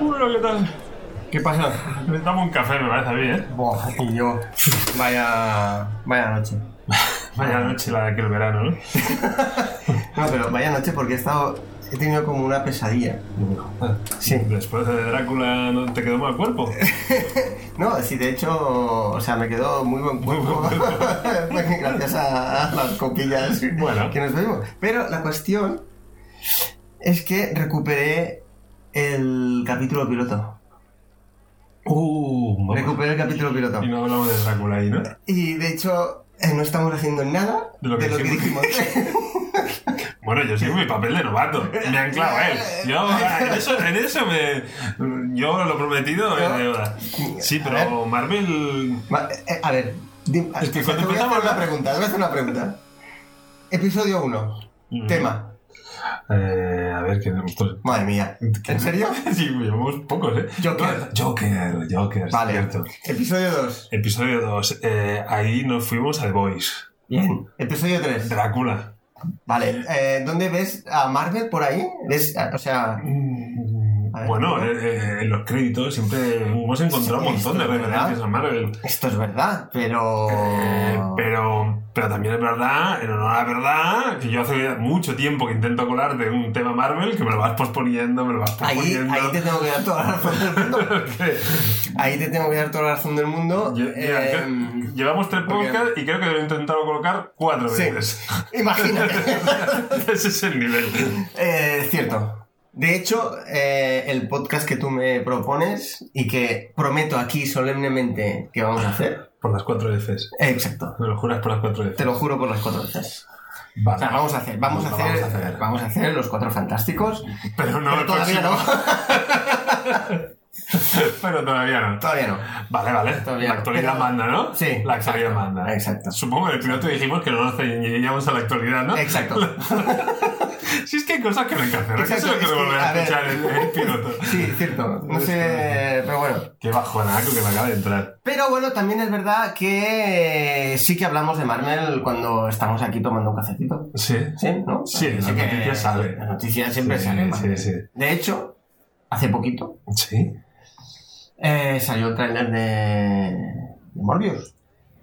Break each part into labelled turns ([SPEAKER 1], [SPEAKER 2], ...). [SPEAKER 1] Bueno, ¿qué tal?
[SPEAKER 2] ¿Qué pasa?
[SPEAKER 1] Necesitamos un café, me parece a mí, ¿eh?
[SPEAKER 2] Buah, y yo. Vaya. Vaya noche. Ah.
[SPEAKER 1] Vaya noche la de aquel verano, ¿no?
[SPEAKER 2] No, pero vaya noche porque he estado. He tenido como una pesadilla. Sí.
[SPEAKER 1] Después de Drácula, ¿no te quedó mal cuerpo?
[SPEAKER 2] No, sí, de hecho, o sea, me quedó muy buen cuerpo. Gracias a, a las copillas
[SPEAKER 1] Bueno.
[SPEAKER 2] que nos bebimos. Pero la cuestión es que recuperé el capítulo piloto.
[SPEAKER 1] Uh, mamá.
[SPEAKER 2] Recuperé el capítulo piloto.
[SPEAKER 1] Y no hablamos de Drácula ahí, ¿no?
[SPEAKER 2] Y de hecho, eh, no estamos haciendo nada
[SPEAKER 1] De lo que dijimos. Bueno, yo soy mi papel de novato. Me han clavado él. Yo, en eso, en eso me. Yo lo prometido
[SPEAKER 2] Ah.
[SPEAKER 1] es deuda. Sí, pero Marvel.
[SPEAKER 2] Va, eh, a ver, di-
[SPEAKER 1] Es que
[SPEAKER 2] o sea,
[SPEAKER 1] cuando
[SPEAKER 2] te voy a hacer
[SPEAKER 1] empezamos
[SPEAKER 2] una
[SPEAKER 1] la-
[SPEAKER 2] pregunta, te voy a hacer una pregunta. Episodio 1,
[SPEAKER 1] Mm.
[SPEAKER 2] tema.
[SPEAKER 1] Eh, a ver, que. Pues,
[SPEAKER 2] Madre mía, ¿en serio?
[SPEAKER 1] Sí, llevamos pocos, ¿eh?
[SPEAKER 2] Joker.
[SPEAKER 1] Joker, Joker,
[SPEAKER 2] Vale.
[SPEAKER 1] cierto.
[SPEAKER 2] Episodio 2,
[SPEAKER 1] Episodio 2. ahí nos fuimos al Boys.
[SPEAKER 2] bien. Episodio 3,
[SPEAKER 1] Drácula.
[SPEAKER 2] vale. eh, ¿Dónde ves a Marvel por ahí? ¿Ves, a- o sea,
[SPEAKER 1] Mm,
[SPEAKER 2] A ver,
[SPEAKER 1] Bueno,
[SPEAKER 2] ¿no?
[SPEAKER 1] eh, eh, en los créditos siempre hemos encontrado
[SPEAKER 2] Sí,
[SPEAKER 1] un montón de
[SPEAKER 2] esto es verdad.
[SPEAKER 1] referencias a Marvel.
[SPEAKER 2] esto es verdad, pero.
[SPEAKER 1] Eh,
[SPEAKER 2] Ah.
[SPEAKER 1] pero, pero también es verdad, en honor a la verdad, que yo hace mucho tiempo que intento colarte un tema Marvel, que me lo vas posponiendo, me lo vas
[SPEAKER 2] Ahí,
[SPEAKER 1] posponiendo.
[SPEAKER 2] ahí te tengo que dar toda la razón del mundo. Ahí te tengo que dar toda la razón del mundo.
[SPEAKER 1] Yo- mira,
[SPEAKER 2] eh,
[SPEAKER 1] creo- llevamos tres
[SPEAKER 2] porque-
[SPEAKER 1] podcasts y creo que lo he intentado colocar cuatro
[SPEAKER 2] Sí.
[SPEAKER 1] veces.
[SPEAKER 2] imagínate.
[SPEAKER 1] Ese es el nivel.
[SPEAKER 2] Eh, cierto. De hecho, eh, el podcast que tú me propones y que prometo aquí solemnemente que vamos a hacer.
[SPEAKER 1] Por las cuatro veces.
[SPEAKER 2] eh, exacto.
[SPEAKER 1] Me lo juras por las cuatro veces.
[SPEAKER 2] Te lo Ah. juro por las cuatro veces. O
[SPEAKER 1] Vale.
[SPEAKER 2] sea, vamos a hacer, vamos a
[SPEAKER 1] Lo
[SPEAKER 2] hacer,
[SPEAKER 1] vamos a hacer.
[SPEAKER 2] vamos a hacer los cuatro fantásticos.
[SPEAKER 1] Pero no
[SPEAKER 2] pero
[SPEAKER 1] el
[SPEAKER 2] todavía
[SPEAKER 1] próximo.
[SPEAKER 2] no.
[SPEAKER 1] Pero todavía no.
[SPEAKER 2] Todavía no.
[SPEAKER 1] Vale, vale.
[SPEAKER 2] Todavía
[SPEAKER 1] la
[SPEAKER 2] no,
[SPEAKER 1] actualidad
[SPEAKER 2] pero-
[SPEAKER 1] manda, ¿no?
[SPEAKER 2] Sí,
[SPEAKER 1] La actualidad manda.
[SPEAKER 2] exacto.
[SPEAKER 1] Supongo que en el piloto dijimos que no nos ceñíamos a la actualidad, ¿no?
[SPEAKER 2] Exacto.
[SPEAKER 1] Si es que hay cosas que no hay que hacer. ¿no? Que
[SPEAKER 2] Exacto,
[SPEAKER 1] Eso es lo
[SPEAKER 2] es
[SPEAKER 1] que
[SPEAKER 2] que,
[SPEAKER 1] volveré
[SPEAKER 2] a
[SPEAKER 1] a
[SPEAKER 2] ver.
[SPEAKER 1] escuchar en el piloto.
[SPEAKER 2] Sí, cierto. No sé, pero bueno.
[SPEAKER 1] Qué bajonaco que me acaba de entrar.
[SPEAKER 2] Pero bueno, también es verdad que sí que hablamos de Marvel cuando estamos aquí tomando un cafecito.
[SPEAKER 1] Sí.
[SPEAKER 2] Sí, ¿no?
[SPEAKER 1] Sí,
[SPEAKER 2] Así
[SPEAKER 1] las
[SPEAKER 2] que
[SPEAKER 1] noticias salen.
[SPEAKER 2] Las noticias siempre
[SPEAKER 1] Sí,
[SPEAKER 2] salen.
[SPEAKER 1] Sí,
[SPEAKER 2] Marvel.
[SPEAKER 1] sí.
[SPEAKER 2] De hecho, hace poquito
[SPEAKER 1] Sí.
[SPEAKER 2] eh, salió el tráiler de... de Morbius.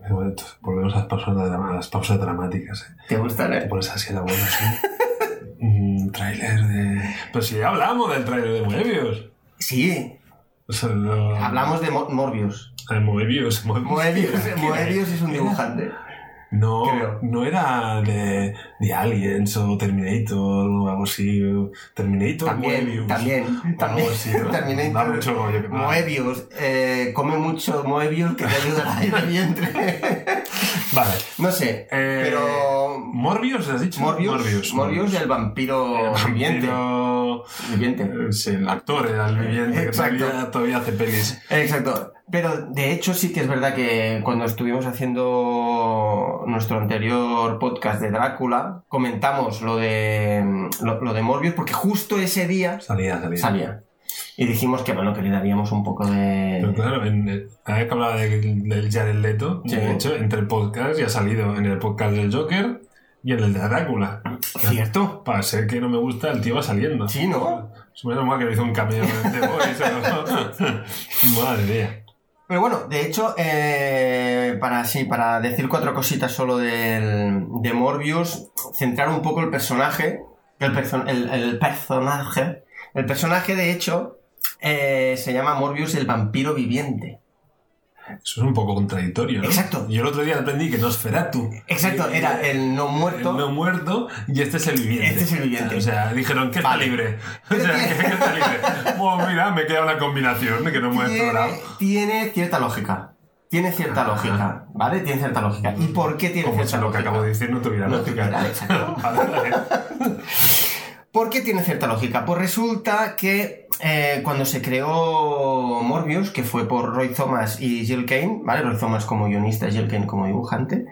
[SPEAKER 1] Qué bonito. Volvemos a las pausas, dra- a las pausas dramáticas. ¿eh?
[SPEAKER 2] ¿Te gusta,
[SPEAKER 1] Te
[SPEAKER 2] eh?
[SPEAKER 1] pones así en la bola, sí. Un tráiler de... Pero si ya hablamos del tráiler de Moebius.
[SPEAKER 2] Sí,
[SPEAKER 1] O sea, lo-
[SPEAKER 2] hablamos de Mo- Morbius.
[SPEAKER 1] Ah, Moebius. Moebius.
[SPEAKER 2] Moebius,
[SPEAKER 1] ¿Quién era?
[SPEAKER 2] Moebius es un dibujante.
[SPEAKER 1] No,
[SPEAKER 2] Creo.
[SPEAKER 1] no era de, de Aliens o Terminator o algo así. Terminator
[SPEAKER 2] También,
[SPEAKER 1] Moebius.
[SPEAKER 2] también,
[SPEAKER 1] O
[SPEAKER 2] también.
[SPEAKER 1] algo así, ¿no? Da
[SPEAKER 2] Terminator.
[SPEAKER 1] mucho rollo que va.
[SPEAKER 2] Moebius, eh, come mucho Moebius que te ayuda a ir de vientre.
[SPEAKER 1] Vale.
[SPEAKER 2] No sé,
[SPEAKER 1] Eh,
[SPEAKER 2] pero.
[SPEAKER 1] Morbius, ¿has dicho?
[SPEAKER 2] Morbius, Morbius,
[SPEAKER 1] Eh, Morbius. Eh,
[SPEAKER 2] y el vampiro viviente.
[SPEAKER 1] Pero- eh,
[SPEAKER 2] viviente.
[SPEAKER 1] Sí, el actor era el viviente que
[SPEAKER 2] Exacto.
[SPEAKER 1] todavía, todavía hace pelis.
[SPEAKER 2] Exacto. Pero de hecho sí que es verdad que cuando estuvimos haciendo nuestro anterior podcast de Drácula, comentamos lo de lo, lo de Morbius porque justo ese día
[SPEAKER 1] Salía, salía.
[SPEAKER 2] salía. Y dijimos que bueno, que le daríamos un poco
[SPEAKER 1] Pero
[SPEAKER 2] de...
[SPEAKER 1] claro, en, eh, ahora que hablaba de- del Jared Leto,
[SPEAKER 2] Sí.
[SPEAKER 1] de hecho, entre podcasts ya ha salido en el podcast del Joker y en el de Drácula.
[SPEAKER 2] ¿Cierto?
[SPEAKER 1] Para ser que no me gusta, el tío va saliendo.
[SPEAKER 2] Sí, ¿no?
[SPEAKER 1] Es menos mal que no hizo un cameo en The Boys, ¿no? Madre mía.
[SPEAKER 2] Pero bueno, de hecho, eh, para sí, para decir cuatro cositas solo del, de Morbius, centrar un poco el personaje, el, perso- el- el personaje, el personaje de hecho eh, se llama Morbius el vampiro viviente.
[SPEAKER 1] Eso es un poco contradictorio, ¿no?
[SPEAKER 2] Exacto.
[SPEAKER 1] Yo el otro día aprendí que Nosferatu.
[SPEAKER 2] Exacto,
[SPEAKER 1] eh,
[SPEAKER 2] era el no
[SPEAKER 1] el
[SPEAKER 2] muerto.
[SPEAKER 1] no muerto y este es el viviente.
[SPEAKER 2] Este es el viviente.
[SPEAKER 1] O sea, dijeron que está
[SPEAKER 2] Vale.
[SPEAKER 1] libre. O sea, que, que está libre. Bueno, mira, me queda una combinación que no hemos
[SPEAKER 2] tiene,
[SPEAKER 1] explorado.
[SPEAKER 2] tiene cierta lógica. Tiene cierta
[SPEAKER 1] Ah.
[SPEAKER 2] lógica, ¿vale? Tiene cierta lógica. ¿Y por qué tiene
[SPEAKER 1] Como si
[SPEAKER 2] cierta
[SPEAKER 1] lo que
[SPEAKER 2] lógica?
[SPEAKER 1] acabo de decir no tuviera
[SPEAKER 2] No
[SPEAKER 1] lógica.
[SPEAKER 2] tuviera, exacto.
[SPEAKER 1] Vale, vale.
[SPEAKER 2] ¿Por qué tiene cierta lógica? Pues resulta que eh, cuando se creó Morbius, que fue por Roy Thomas y Jill Kane, ¿vale? Roy Thomas como guionista, Jill Kane como dibujante,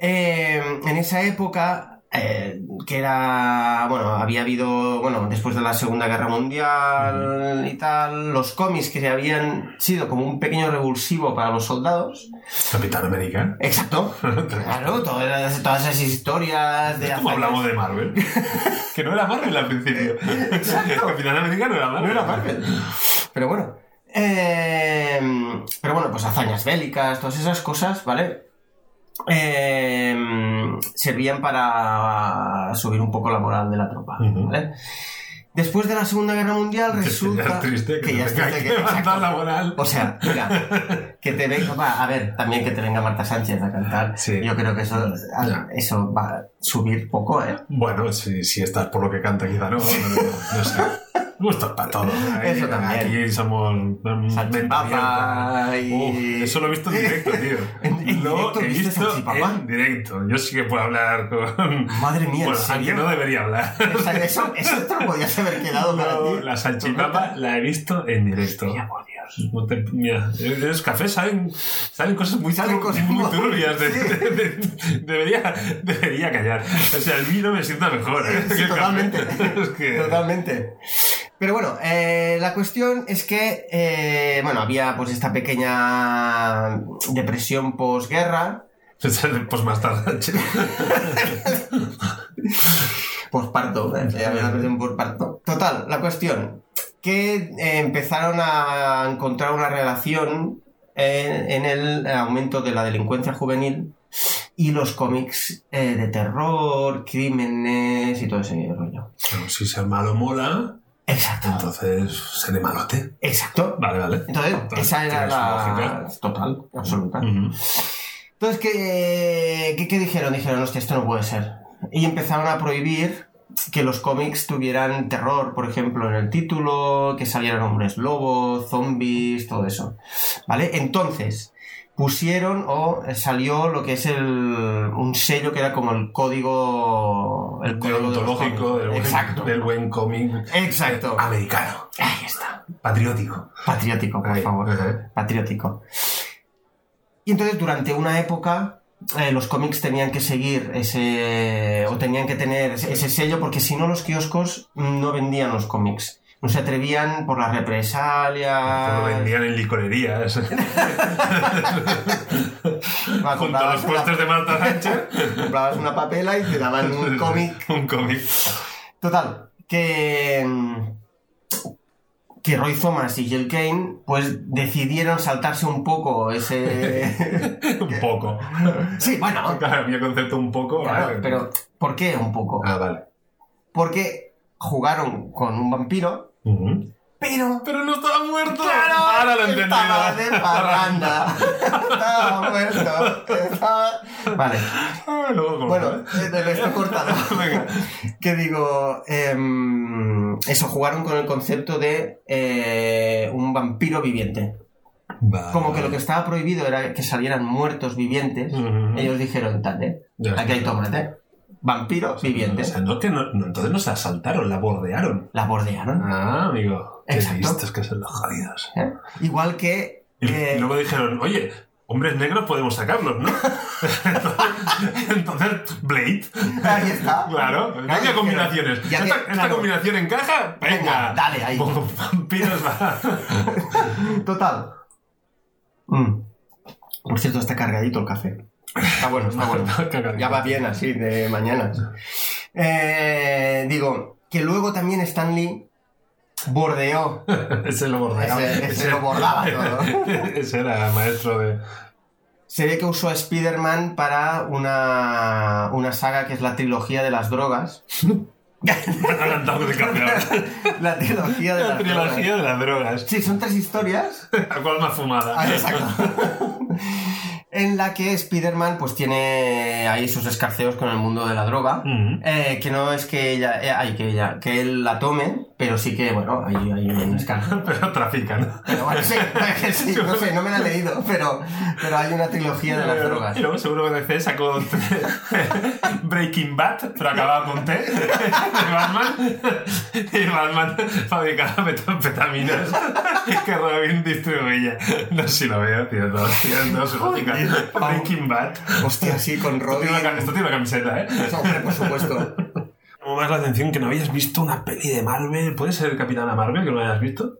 [SPEAKER 2] eh, en esa época, eh, que era, bueno, había habido, bueno, después de la Segunda Guerra Mundial y tal, los cómics que habían sido como un pequeño revulsivo para los soldados.
[SPEAKER 1] Capitán América.
[SPEAKER 2] Exacto. Claro, todas, todas esas historias de...
[SPEAKER 1] ¿Cómo hablamos de Marvel? que no era Marvel al principio.
[SPEAKER 2] Exacto.
[SPEAKER 1] Capitán América no era Marvel.
[SPEAKER 2] No era Marvel. Pero bueno. eh, pero bueno, pues hazañas bélicas, todas esas cosas, ¿vale? Eh, servían para subir un poco la moral de la tropa,
[SPEAKER 1] Ujú.
[SPEAKER 2] ¿vale? Después de la Segunda Guerra Mundial
[SPEAKER 1] Que ya
[SPEAKER 2] resulta
[SPEAKER 1] es triste que,
[SPEAKER 2] que ya
[SPEAKER 1] te
[SPEAKER 2] es
[SPEAKER 1] tenga
[SPEAKER 2] triste
[SPEAKER 1] que,
[SPEAKER 2] que-
[SPEAKER 1] levantar
[SPEAKER 2] exacto.
[SPEAKER 1] la moral.
[SPEAKER 2] O sea, mira, que te venga, va, a ver, también que te venga Marta Sánchez a cantar.
[SPEAKER 1] Sí.
[SPEAKER 2] Yo creo que eso, a-
[SPEAKER 1] Ya.
[SPEAKER 2] eso va a subir poco, ¿eh?
[SPEAKER 1] Bueno, si, si estás por lo que canta, quizá no. pero no sé. Gustos para todo.
[SPEAKER 2] Eso también.
[SPEAKER 1] Aquí somos. mm,
[SPEAKER 2] Salchipapa
[SPEAKER 1] mente abierta.
[SPEAKER 2] y-
[SPEAKER 1] Uf, eso lo he visto en directo, tío.
[SPEAKER 2] ¿En- en
[SPEAKER 1] lo
[SPEAKER 2] directo
[SPEAKER 1] he
[SPEAKER 2] viste
[SPEAKER 1] visto
[SPEAKER 2] salchipapa?
[SPEAKER 1] en directo. Yo sí que puedo hablar con.
[SPEAKER 2] Madre mía,
[SPEAKER 1] bueno,
[SPEAKER 2] ¿en
[SPEAKER 1] aunque
[SPEAKER 2] serio?
[SPEAKER 1] no debería hablar.
[SPEAKER 2] O sea, eso, eso te lo podías haber quedado para
[SPEAKER 1] No,
[SPEAKER 2] ti.
[SPEAKER 1] la salchipapa la he visto en directo.
[SPEAKER 2] Mira, por Dios.
[SPEAKER 1] No te- mira, en los cafés salen, salen cosas muy,
[SPEAKER 2] Salen
[SPEAKER 1] tur-
[SPEAKER 2] cosas
[SPEAKER 1] muy
[SPEAKER 2] muy-
[SPEAKER 1] turbias. de-
[SPEAKER 2] sí.
[SPEAKER 1] de- de- debería, debería callar. O sea, el vino me sienta mejor. ¿eh?
[SPEAKER 2] Sí,
[SPEAKER 1] que el café.
[SPEAKER 2] totalmente.
[SPEAKER 1] Es que-
[SPEAKER 2] Totalmente. Pero bueno, eh, la cuestión es que, eh, bueno, había pues esta pequeña depresión posguerra,
[SPEAKER 1] Pues más tarde.
[SPEAKER 2] posparto, eh, había una depresión posparto. Total, la cuestión, que eh, empezaron a encontrar una relación en, en el aumento de la delincuencia juvenil y los cómics eh, de terror, crímenes y todo ese rollo.
[SPEAKER 1] Bueno, si ser malo mola,
[SPEAKER 2] Exacto,
[SPEAKER 1] entonces seré malote.
[SPEAKER 2] exacto.
[SPEAKER 1] Vale, vale.
[SPEAKER 2] Entonces,
[SPEAKER 1] Total,
[SPEAKER 2] esa era
[SPEAKER 1] tiene su
[SPEAKER 2] la total, absoluta.
[SPEAKER 1] Ujú.
[SPEAKER 2] Entonces, ¿qué, qué, qué dijeron? Dijeron, hostia, esto no puede ser. Y empezaron a prohibir que los cómics tuvieran terror, por ejemplo, en el título, que salieran hombres lobos, zombies, todo eso. ¿Vale? Entonces, pusieron o salió lo que es el, un sello que era como el código... El
[SPEAKER 1] De
[SPEAKER 2] código de los
[SPEAKER 1] ontológico, del
[SPEAKER 2] cómics.
[SPEAKER 1] buen,
[SPEAKER 2] Exacto.
[SPEAKER 1] del buen Eh, cómic
[SPEAKER 2] Exacto.
[SPEAKER 1] americano,
[SPEAKER 2] Ahí está.
[SPEAKER 1] patriótico.
[SPEAKER 2] Patriótico, por
[SPEAKER 1] Ahí,
[SPEAKER 2] favor.
[SPEAKER 1] ajá.
[SPEAKER 2] Patriótico. Y entonces durante una época eh, los cómics tenían que seguir ese. o tenían que tener ese, ese sello, porque si no, los kioscos no vendían los cómics. No se atrevían por las Ah,
[SPEAKER 1] Que lo
[SPEAKER 2] represalias.
[SPEAKER 1] vendían en ¿eh? licorerías. Junto a
[SPEAKER 2] Va, comprabas
[SPEAKER 1] los
[SPEAKER 2] una-
[SPEAKER 1] postres de Marta Sánchez.
[SPEAKER 2] Comprabas una papela y te daban un cómic
[SPEAKER 1] Un cómic.
[SPEAKER 2] Total, que. Que Roy Thomas y Jill Kane, pues decidieron saltarse un poco ese.
[SPEAKER 1] Un poco.
[SPEAKER 2] sí, bueno.
[SPEAKER 1] Claro, había concepto un poco.
[SPEAKER 2] Claro,
[SPEAKER 1] vale.
[SPEAKER 2] pero ¿por qué un poco?
[SPEAKER 1] Ah, vale.
[SPEAKER 2] Porque jugaron con un vampiro,
[SPEAKER 1] Ujú.
[SPEAKER 2] pero.
[SPEAKER 1] Pero no estaba muerto.
[SPEAKER 2] ¡Claro!
[SPEAKER 1] Ahora lo he entendido.
[SPEAKER 2] Estaba de parranda. estaba muerto. Estaba. Vale.
[SPEAKER 1] Ah, luego como-
[SPEAKER 2] Bueno, eh, te lo estoy cortando.
[SPEAKER 1] Venga.
[SPEAKER 2] que digo, em, eso, jugaron con el concepto de eh, un vampiro viviente.
[SPEAKER 1] Ah, Vale.
[SPEAKER 2] Como que lo que estaba prohibido era que salieran muertos vivientes.
[SPEAKER 1] Ujú.
[SPEAKER 2] Ellos dijeron, dale,
[SPEAKER 1] Ya
[SPEAKER 2] aquí hay
[SPEAKER 1] está.
[SPEAKER 2] tomate. Vampiro
[SPEAKER 1] O
[SPEAKER 2] viviente.
[SPEAKER 1] sea, no que no, no, entonces nos asaltaron, la bordearon.
[SPEAKER 2] La bordearon.
[SPEAKER 1] Ah, amigo. Qué
[SPEAKER 2] Exacto.
[SPEAKER 1] listos que son los jodidos.
[SPEAKER 2] ¿eh? Igual que...
[SPEAKER 1] Y
[SPEAKER 2] eh,
[SPEAKER 1] luego dijeron, oye, hombres negros podemos sacarlos, ¿no? entonces, entonces, Blade.
[SPEAKER 2] ahí está.
[SPEAKER 1] Claro,
[SPEAKER 2] Claro,
[SPEAKER 1] venga
[SPEAKER 2] dijeron,
[SPEAKER 1] combinaciones.
[SPEAKER 2] ya
[SPEAKER 1] esta
[SPEAKER 2] que-
[SPEAKER 1] esta
[SPEAKER 2] claro.
[SPEAKER 1] combinación encaja, venga.
[SPEAKER 2] Venga, dale ahí.
[SPEAKER 1] Vampiros va.
[SPEAKER 2] Total. Mm. Por cierto, está cargadito el café. Está bueno, está bueno. Ya va bien así, de mañana. Eh, digo, que luego también Stanley bordeó.
[SPEAKER 1] Ese lo bordeaba.
[SPEAKER 2] Ese- ese lo bordaba todo.
[SPEAKER 1] Ese era maestro de.
[SPEAKER 2] Se ve que usó a Spider-Man para una, una saga que es la trilogía de las drogas.
[SPEAKER 1] Adelantado de campeón.
[SPEAKER 2] La trilogía de
[SPEAKER 1] La
[SPEAKER 2] las drogas.
[SPEAKER 1] trilogía de las drogas.
[SPEAKER 2] Sí, son tres historias.
[SPEAKER 1] La cual más fumada.
[SPEAKER 2] Ah, exacto. en la que Spider-Man pues tiene ahí sus escarceos con el mundo de la droga.
[SPEAKER 1] Mm.
[SPEAKER 2] Eh, que no es que ella, eh, ay, que ella, que él la tome, pero sí que, bueno, hay, hay un escarceo.
[SPEAKER 1] Pero trafican.
[SPEAKER 2] Pero bueno, sí, que sí, no sé, no me la he leído, pero, pero hay una trilogía de las drogas.
[SPEAKER 1] Y luego seguro que DC sacó Breaking Bad, pero acababa con T. De Batman. Y Batman fabricaba metanfetaminas que Robin distribuía. No sé si lo veo, tío. No, tío, no su lógica. Breaking Bad.
[SPEAKER 2] Hostia, sí, con
[SPEAKER 1] Esto
[SPEAKER 2] Robin.
[SPEAKER 1] tiene, una, esto tiene una camiseta, ¿eh?
[SPEAKER 2] Eso, hombre, por supuesto.
[SPEAKER 1] Como más la atención que no habías visto una peli de Marvel. ¿Puede ser Capitana Marvel que no hayas visto?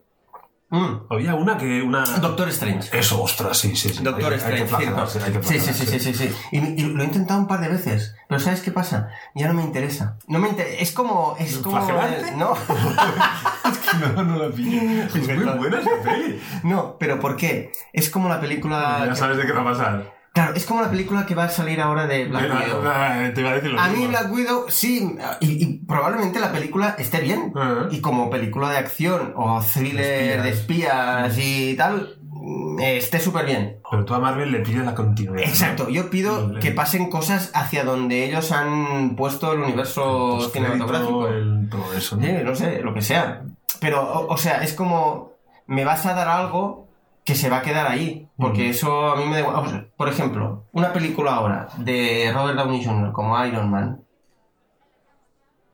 [SPEAKER 2] Mm.
[SPEAKER 1] Había una que una.
[SPEAKER 2] Doctor Strange.
[SPEAKER 1] Eso, ostras, sí, sí. sí.
[SPEAKER 2] Doctor
[SPEAKER 1] Hay- hay que
[SPEAKER 2] Strange,
[SPEAKER 1] flagelarse, hay que
[SPEAKER 2] sí, sí, sí,
[SPEAKER 1] flagelarse.
[SPEAKER 2] sí, sí, sí. Y, y lo he intentado un par de veces, pero ¿sabes qué pasa? Ya no me interesa. No me inter- Es como... Es como
[SPEAKER 1] ¿Flagelarte?
[SPEAKER 2] no,
[SPEAKER 1] Es que no, no la pillo. Es muy buena esa peli.
[SPEAKER 2] no, pero ¿por qué? Es como la película...
[SPEAKER 1] Ya
[SPEAKER 2] que-
[SPEAKER 1] sabes de qué va a pasar.
[SPEAKER 2] Claro, es como la película que va a salir ahora de Black
[SPEAKER 1] Mira,
[SPEAKER 2] Widow.
[SPEAKER 1] ah, Te iba a decir lo
[SPEAKER 2] A
[SPEAKER 1] mismo.
[SPEAKER 2] mí Black Widow, sí, y, y probablemente la película esté bien.
[SPEAKER 1] Ajá.
[SPEAKER 2] Y como película de acción o thriller de espías, y tal, mm, esté súper bien.
[SPEAKER 1] Pero tú a Marvel le pides la continuidad. ¿no?
[SPEAKER 2] Exacto, yo pido
[SPEAKER 1] Vale.
[SPEAKER 2] que pasen cosas hacia donde ellos han puesto el universo
[SPEAKER 1] Los
[SPEAKER 2] cinematográfico.
[SPEAKER 1] créditos, el- todo eso. ¿no?
[SPEAKER 2] Sí, no sé, lo que sea. Pero, o, o sea, es como, me vas a dar algo que se va a quedar ahí. Porque
[SPEAKER 1] Mm.
[SPEAKER 2] eso a mí me da igual. Vamos, por ejemplo, una película ahora de Robert Downey Jr. como Iron Man,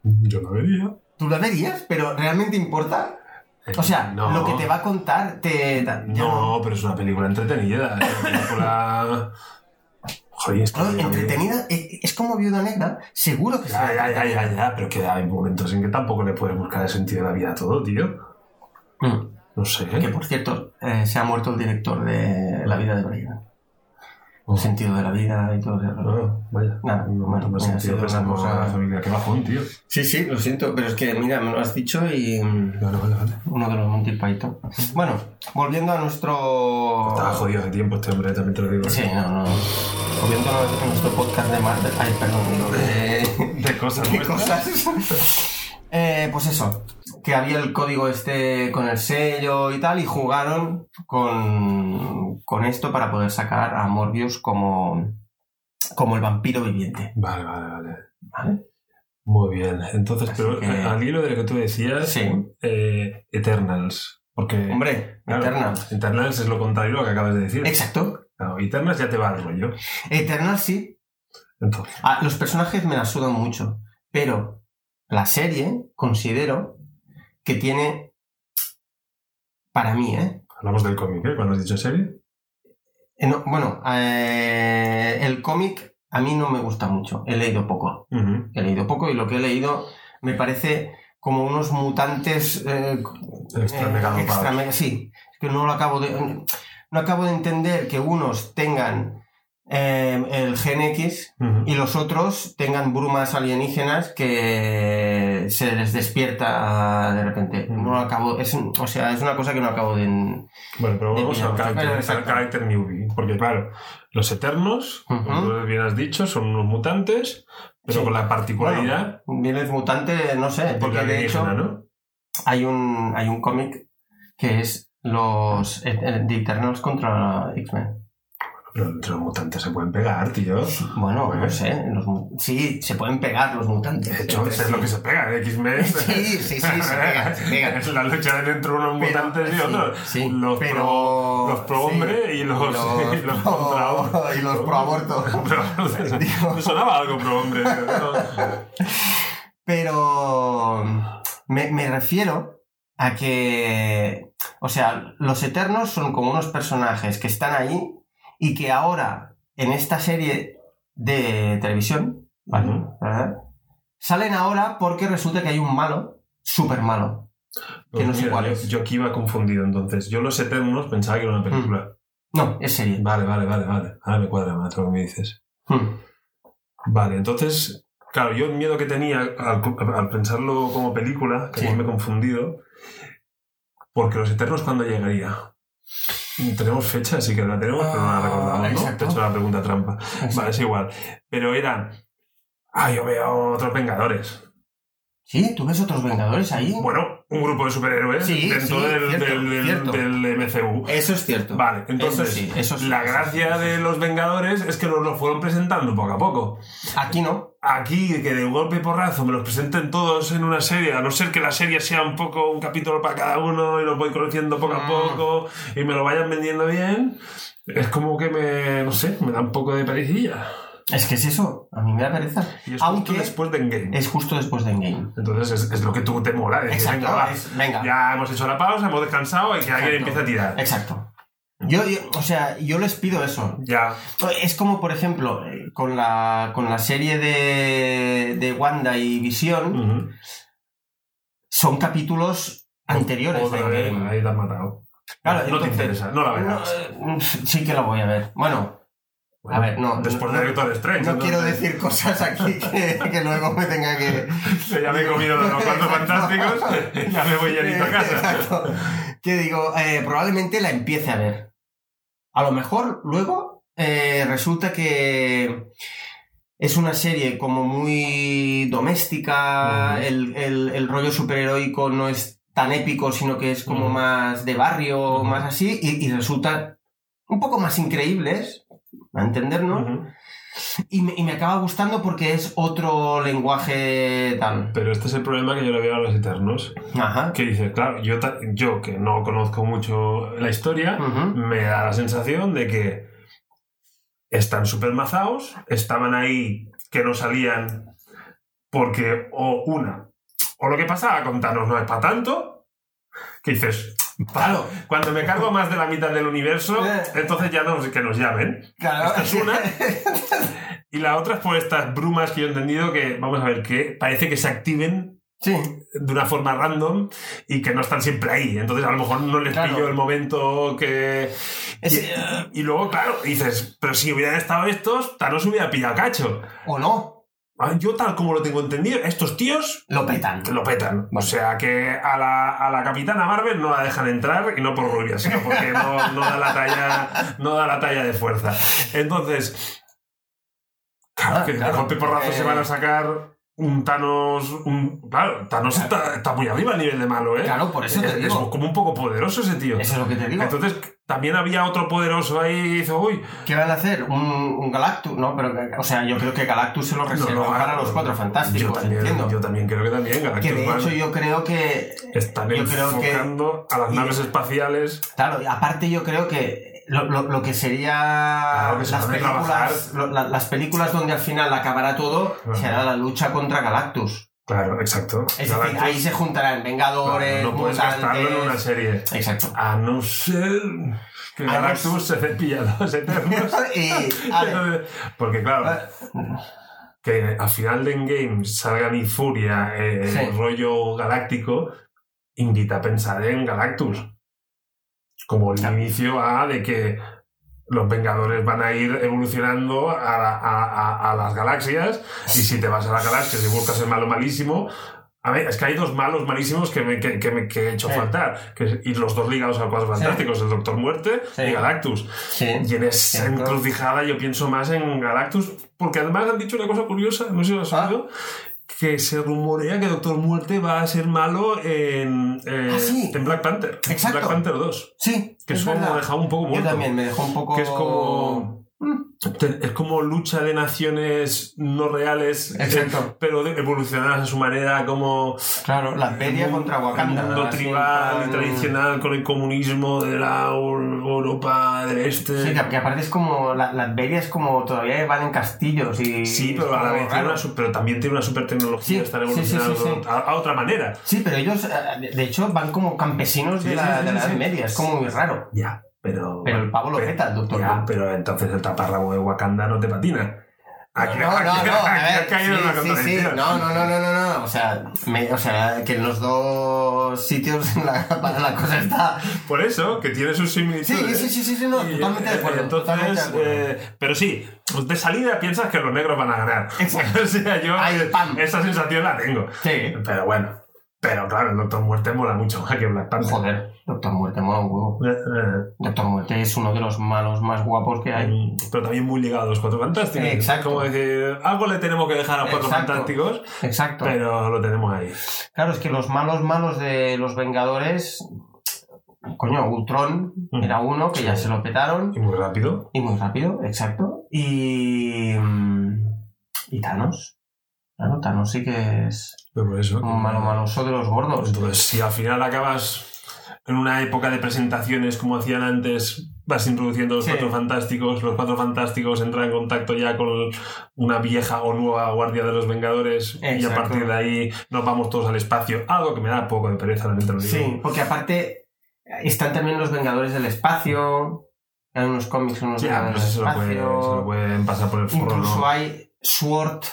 [SPEAKER 1] Yo la vería.
[SPEAKER 2] ¿Tú la verías? ¿Pero realmente importa? O sea,
[SPEAKER 1] Eh, no.
[SPEAKER 2] lo que te va a contar te... da- ya
[SPEAKER 1] No, pero es una película entretenida. Es una película. Joder, es que-
[SPEAKER 2] No, entretenida, eh, es como Viuda Negra, seguro que
[SPEAKER 1] Ya,
[SPEAKER 2] será
[SPEAKER 1] ya, ya,
[SPEAKER 2] entretenida.
[SPEAKER 1] ya, ya, pero que hay momentos en que tampoco le puedes buscar el sentido de la vida a todo, tío.
[SPEAKER 2] Mm.
[SPEAKER 1] No sé.
[SPEAKER 2] Que por cierto, eh, se ha muerto el director de La vida de Brian.
[SPEAKER 1] Oh.
[SPEAKER 2] El sentido de la vida y todo eso.
[SPEAKER 1] Ah, vaya.
[SPEAKER 2] Nada,
[SPEAKER 1] no
[SPEAKER 2] bueno,
[SPEAKER 1] toma
[SPEAKER 2] mira, ha
[SPEAKER 1] sentido
[SPEAKER 2] sido
[SPEAKER 1] pensar
[SPEAKER 2] una
[SPEAKER 1] por
[SPEAKER 2] cosa-
[SPEAKER 1] la familia. Qué bajón, tío.
[SPEAKER 2] Sí, sí, lo siento, pero es que mira, me lo has dicho y... mm,
[SPEAKER 1] Vale, vale, vale.
[SPEAKER 2] Uno de los Monty Python. Bueno, volviendo a nuestro...
[SPEAKER 1] Estaba jodido de tiempo este hombre, también te lo digo.
[SPEAKER 2] Sí, no, no. Volviendo a nuestro podcast de Marvel... Ay, perdón, digo, de-
[SPEAKER 1] De cosas,
[SPEAKER 2] ¿Qué
[SPEAKER 1] nuestras.
[SPEAKER 2] cosas? Eh, pues eso, que había el código este con el sello y tal, y jugaron con, con esto para poder sacar a Morbius como, como el vampiro viviente.
[SPEAKER 1] Vale, vale, vale.
[SPEAKER 2] ¿Vale?
[SPEAKER 1] Muy bien. Entonces,
[SPEAKER 2] Así
[SPEAKER 1] pero
[SPEAKER 2] que-
[SPEAKER 1] eh, al hilo de lo que tú decías,
[SPEAKER 2] Sí,
[SPEAKER 1] eh, Eternals. Porque.
[SPEAKER 2] hombre,
[SPEAKER 1] claro,
[SPEAKER 2] Eternals.
[SPEAKER 1] Eternals es lo contrario a lo que acabas de decir.
[SPEAKER 2] Exacto,
[SPEAKER 1] Claro, Eternals ya te va al rollo.
[SPEAKER 2] Eternals sí.
[SPEAKER 1] Entonces,
[SPEAKER 2] Ah, los personajes me la sudan mucho, pero la serie considero que tiene, para mí, ¿eh?
[SPEAKER 1] hablamos del cómic, ¿eh? Cuando has dicho serie.
[SPEAKER 2] Eh, no, bueno, eh, el cómic a mí no me gusta mucho. He leído poco.
[SPEAKER 1] Ujú.
[SPEAKER 2] He leído poco y lo que he leído me parece como unos mutantes. eh,
[SPEAKER 1] Extra
[SPEAKER 2] eh,
[SPEAKER 1] mega dopados.
[SPEAKER 2] extra mega- Sí, es que no lo acabo de. No acabo de entender que unos tengan eh, el gen X
[SPEAKER 1] Ujú.
[SPEAKER 2] y los otros tengan brumas alienígenas que se les despierta de repente. No lo acabo. Es, un- o sea, es una cosa que no acabo de. en-
[SPEAKER 1] Bueno, pero
[SPEAKER 2] De
[SPEAKER 1] vamos al
[SPEAKER 2] Villalobos,
[SPEAKER 1] carácter,
[SPEAKER 2] pero
[SPEAKER 1] al
[SPEAKER 2] exacto.
[SPEAKER 1] carácter newbie. Porque, claro, los Eternos,
[SPEAKER 2] Ujú.
[SPEAKER 1] como tú bien has dicho, son unos mutantes, pero
[SPEAKER 2] Sí.
[SPEAKER 1] con la particularidad
[SPEAKER 2] Vienes mutante, no sé,
[SPEAKER 1] de
[SPEAKER 2] porque
[SPEAKER 1] que
[SPEAKER 2] de hecho.
[SPEAKER 1] alienígena, ¿no?
[SPEAKER 2] hay un, hay un cómic que es los eh, eh, The Eternals contra X-Men.
[SPEAKER 1] Pero entre los mutantes se pueden pegar, tío.
[SPEAKER 2] Bueno,
[SPEAKER 1] Bueno.
[SPEAKER 2] no sé. los mu- sí, se pueden pegar los mutantes.
[SPEAKER 1] De hecho,
[SPEAKER 2] entre
[SPEAKER 1] es
[SPEAKER 2] sí.
[SPEAKER 1] lo que se pega en X-Men.
[SPEAKER 2] Sí, sí, sí, se pegan, se pegan.
[SPEAKER 1] Es la lucha de entre unos
[SPEAKER 2] Pero-
[SPEAKER 1] mutantes y
[SPEAKER 2] sí,
[SPEAKER 1] otros.
[SPEAKER 2] sí,
[SPEAKER 1] los
[SPEAKER 2] pero-
[SPEAKER 1] pro- los pro
[SPEAKER 2] sí.
[SPEAKER 1] hombre y los,
[SPEAKER 2] Y
[SPEAKER 1] y los
[SPEAKER 2] los
[SPEAKER 1] contra-
[SPEAKER 2] y los pro aborto.
[SPEAKER 1] Pro-
[SPEAKER 2] Digo-
[SPEAKER 1] Me sonaba algo pro hombre. tío, ¿no?
[SPEAKER 2] Pero mm, me, me refiero a que, o sea, los Eternos son como unos personajes que están ahí y que ahora en esta serie de televisión, ¿vale?
[SPEAKER 1] Ujú.
[SPEAKER 2] ¿Verdad? Salen ahora porque resulta que hay un malo, súper malo. Que no
[SPEAKER 1] Pues
[SPEAKER 2] sé
[SPEAKER 1] Mira,
[SPEAKER 2] cuál
[SPEAKER 1] yo-
[SPEAKER 2] es.
[SPEAKER 1] Yo aquí iba confundido entonces. Yo los Eternos pensaba que era una película.
[SPEAKER 2] Hmm. No, es serie.
[SPEAKER 1] Vale, vale, vale, vale. Ahora me cuadra más lo que me dices.
[SPEAKER 2] Hmm.
[SPEAKER 1] Vale, entonces, claro, yo el miedo que tenía al, al pensarlo como película, que
[SPEAKER 2] Sí.
[SPEAKER 1] aquí me he confundido, porque los Eternos cuándo llegaría. Tenemos fecha, sí que la tenemos, pero no la
[SPEAKER 2] Ah,
[SPEAKER 1] recordamos, ¿no?
[SPEAKER 2] exacto.
[SPEAKER 1] Te he hecho una pregunta trampa. Vale, es igual. Pero eran. Ah, yo veo otros Vengadores.
[SPEAKER 2] Sí, ¿tú ves otros Vengadores ahí?
[SPEAKER 1] Bueno, un grupo de superhéroes
[SPEAKER 2] Sí,
[SPEAKER 1] dentro
[SPEAKER 2] sí,
[SPEAKER 1] del,
[SPEAKER 2] cierto,
[SPEAKER 1] del- del-
[SPEAKER 2] cierto.
[SPEAKER 1] del MCU.
[SPEAKER 2] Eso es cierto.
[SPEAKER 1] Vale, entonces,
[SPEAKER 2] Eso sí, eso sí,
[SPEAKER 1] la
[SPEAKER 2] eso sí,
[SPEAKER 1] gracia
[SPEAKER 2] eso sí.
[SPEAKER 1] de los Vengadores es que nos los fueron presentando poco a poco.
[SPEAKER 2] Aquí no.
[SPEAKER 1] Aquí, que de golpe y porrazo me los presenten todos en una serie, a no ser que la serie sea un poco un capítulo para cada uno y los voy conociendo poco a
[SPEAKER 2] Mm.
[SPEAKER 1] poco y me lo vayan vendiendo bien, es como que me, no sé, me da un poco de perecilla.
[SPEAKER 2] Es que es eso. A mí me da pereza.
[SPEAKER 1] Y es
[SPEAKER 2] Aunque
[SPEAKER 1] justo después de Endgame.
[SPEAKER 2] es justo después de Endgame.
[SPEAKER 1] Entonces es, es lo que tú te mola. dices,
[SPEAKER 2] Exacto.
[SPEAKER 1] venga, va,
[SPEAKER 2] es- venga.
[SPEAKER 1] Ya hemos hecho la pausa, hemos descansado y que alguien
[SPEAKER 2] Exacto.
[SPEAKER 1] empiece a tirar.
[SPEAKER 2] Exacto. Yo, yo- o sea, yo les pido eso.
[SPEAKER 1] Ya.
[SPEAKER 2] Es como, por ejemplo, eh, con la, con la serie de, de Wanda y Visión,
[SPEAKER 1] Ujú.
[SPEAKER 2] son capítulos anteriores de
[SPEAKER 1] Joder,
[SPEAKER 2] Endgame.
[SPEAKER 1] ahí te has matado. Claro, no entonces, te interesa, no la verás.
[SPEAKER 2] No, eh, sí que la voy a ver. Bueno, bueno, a ver, no.
[SPEAKER 1] Después
[SPEAKER 2] no,
[SPEAKER 1] de Doctor Strange.
[SPEAKER 2] No, no quiero decir cosas aquí que, que luego me tenga que.
[SPEAKER 1] ya me he comido los cuantos fantásticos, ya me voy llenito a casa.
[SPEAKER 2] Exacto. Que digo, eh, probablemente la empiece a ver. A lo mejor luego eh, resulta que es una serie como muy doméstica, uh -huh. el, el, el rollo superheroico no es tan épico, sino que es como uh -huh. más de barrio, uh -huh. más así, y, y resultan un poco más increíbles, a entendernos. Uh -huh. y, me, y, me, acaba gustando porque es otro lenguaje tal.
[SPEAKER 1] Pero este es el problema que yo le veo a los Eternos.
[SPEAKER 2] Ajá.
[SPEAKER 1] Que dice, claro, yo, yo que no conozco mucho la historia, uh -huh. me da la sensación de que están súper mazados, estaban ahí que no salían porque, o una, o lo que pasaba con Thanos no es para tanto, que dices, Claro. Cuando me cargo más de la mitad del universo, entonces ya nos, que nos llamen.
[SPEAKER 2] Claro.
[SPEAKER 1] Esta es una. Y la otra es por estas brumas que yo he entendido que, vamos a ver, que parece que se activen
[SPEAKER 2] sí.
[SPEAKER 1] de una forma random y que no están siempre ahí. Entonces a lo mejor no les claro. pillo el momento que...
[SPEAKER 2] Es... eh,
[SPEAKER 1] Y, y, luego, claro, dices, pero si hubieran estado estos, Thanos hubiera pillado cacho. Ah,
[SPEAKER 2] ¿O no?
[SPEAKER 1] Yo tal como lo tengo entendido, estos tíos...
[SPEAKER 2] Lo petan.
[SPEAKER 1] Lo petan. O sea, que a la, a la capitana Marvel no la dejan entrar, y no por rubia, sino porque no, no, da la talla, no da la talla de fuerza. Entonces... Claro, ah, que claro, mejor porque... se
[SPEAKER 2] Eh.
[SPEAKER 1] van a sacar un Thanos... Un, claro, Thanos claro. Está, está, muy arriba a nivel de malo, ¿eh?
[SPEAKER 2] Claro, por eso te
[SPEAKER 1] es,
[SPEAKER 2] digo.
[SPEAKER 1] Es como un poco poderoso ese tío.
[SPEAKER 2] Eso es lo que te digo.
[SPEAKER 1] Entonces, también había otro poderoso ahí y dice, uy.
[SPEAKER 2] ¿Qué van a hacer? ¿Un, un Galactus? No, pero, o sea, yo creo que Galactus se lo reserva no, no, para los cuatro fantásticos.
[SPEAKER 1] ah, Yo también,
[SPEAKER 2] entiendo.
[SPEAKER 1] yo también creo que también Galactus.
[SPEAKER 2] Que de hecho, van, yo creo que.
[SPEAKER 1] Están
[SPEAKER 2] yo
[SPEAKER 1] enfocando creo que, a las naves y, espaciales.
[SPEAKER 2] Claro, aparte, yo creo que. Lo, lo, lo que sería
[SPEAKER 1] claro, que se
[SPEAKER 2] las, películas, lo, la, las películas donde al final acabará todo claro. será la lucha contra Galactus.
[SPEAKER 1] Claro, exacto.
[SPEAKER 2] Es decir, Galactus. ahí se juntarán Vengadores,
[SPEAKER 1] No, no puedes gastarlo en una serie.
[SPEAKER 2] Exacto.
[SPEAKER 1] A no ser que a Galactus no... se ve pillados eternos.
[SPEAKER 2] y,
[SPEAKER 1] Porque claro, que al final de Endgame salga mi furia, eh, sí. el rollo galáctico, invita a pensar en Galactus. Como el claro. inicio a de que los Vengadores van a ir evolucionando a, a, a, a, las galaxias y si te vas a la galaxia y buscas el malo malísimo a ver, es que hay dos malos malísimos que, me, que, que, me, que he hecho sí. faltar. Que, y los dos ligados a cuatro fantásticos, sí. el Doctor Muerte sí. y Galactus. Y en esa encrucijada yo pienso más en Galactus, porque además han dicho una cosa curiosa, no sé si lo has oído, ¿Ah? que se rumorea que Doctor Muerte va a ser malo en, eh,
[SPEAKER 2] ¿Ah,
[SPEAKER 1] en Black Panther.
[SPEAKER 2] Exacto.
[SPEAKER 1] Black Panther 2.
[SPEAKER 2] Sí.
[SPEAKER 1] Que eso me ha dejado un poco muerto.
[SPEAKER 2] Yo también Mm. me dejó un poco.
[SPEAKER 1] Que es como. Es como lucha de naciones no reales,
[SPEAKER 2] Exacto.
[SPEAKER 1] pero evolucionadas a su manera, como.
[SPEAKER 2] Claro, la feria contra Wakanda.
[SPEAKER 1] El mundo tribal y tradicional con el comunismo de la Europa del Este.
[SPEAKER 2] Sí, que, aparte es como. La, las ferias como todavía van en castillos y.
[SPEAKER 1] Sí, pero, a la vez tiene una, pero también tiene una super tecnología, sí, están evolucionando sí, sí, a, a, otra manera.
[SPEAKER 2] Sí, pero ellos, eh, de hecho, van como campesinos de, la, de las medias, es como muy raro.
[SPEAKER 1] Ya. Pero,
[SPEAKER 2] pero el pavo lo peta, el doctor.
[SPEAKER 1] Ya, pero entonces el taparrabo de Wakanda no te patina.
[SPEAKER 2] Aquí, no, no, no, no, sí, no, no, no, no, no, o sea, me, o sea, que en los dos sitios la, la cosa está...
[SPEAKER 1] Por eso, que tiene sus similitudes.
[SPEAKER 2] Sí, sí, sí, sí, no,
[SPEAKER 1] y,
[SPEAKER 2] totalmente de acuerdo.
[SPEAKER 1] Entonces,
[SPEAKER 2] totalmente de acuerdo.
[SPEAKER 1] Eh, pero sí, de salida piensas que los negros van a ganar.
[SPEAKER 2] Exacto.
[SPEAKER 1] o sea, yo eh,
[SPEAKER 2] Ay,
[SPEAKER 1] esa sensación la tengo.
[SPEAKER 2] Sí.
[SPEAKER 1] Pero bueno, pero claro, el Doctor Muerte mola mucho más que Black Panther.
[SPEAKER 2] Joder, Doctor Muerte mola un huevo.
[SPEAKER 1] Eh, eh.
[SPEAKER 2] Doctor Muerte es uno de los malos más guapos que hay.
[SPEAKER 1] Pero también muy ligado a los Cuatro Fantásticos.
[SPEAKER 2] Eh, exacto.
[SPEAKER 1] Como decir, algo le tenemos que dejar a los Cuatro
[SPEAKER 2] exacto.
[SPEAKER 1] Fantásticos.
[SPEAKER 2] Exacto.
[SPEAKER 1] Pero lo tenemos ahí.
[SPEAKER 2] Claro, es que los malos malos de los Vengadores. Coño, Ultron mm. era uno que ya se lo petaron.
[SPEAKER 1] Y muy rápido.
[SPEAKER 2] Y muy rápido, exacto. Y. mm, Y Thanos. Claro, Thanos sí que es.
[SPEAKER 1] Pero eso,
[SPEAKER 2] un malo maloso de los gordos.
[SPEAKER 1] Entonces, si al final acabas en una época de presentaciones como hacían antes, vas introduciendo los sí. cuatro fantásticos, los cuatro fantásticos entran en contacto ya con una vieja o nueva guardia de los Vengadores
[SPEAKER 2] Exacto.
[SPEAKER 1] y a partir de ahí nos vamos todos al espacio, algo que me da poco de pereza, también te lo digo.
[SPEAKER 2] Sí, porque aparte eh, están también los Vengadores del espacio. Hay unos cómics, unos
[SPEAKER 1] ya,
[SPEAKER 2] Vengadores
[SPEAKER 1] pues
[SPEAKER 2] del espacio.
[SPEAKER 1] Se lo, pueden, se lo pueden pasar por el foro.
[SPEAKER 2] Incluso hay Sword,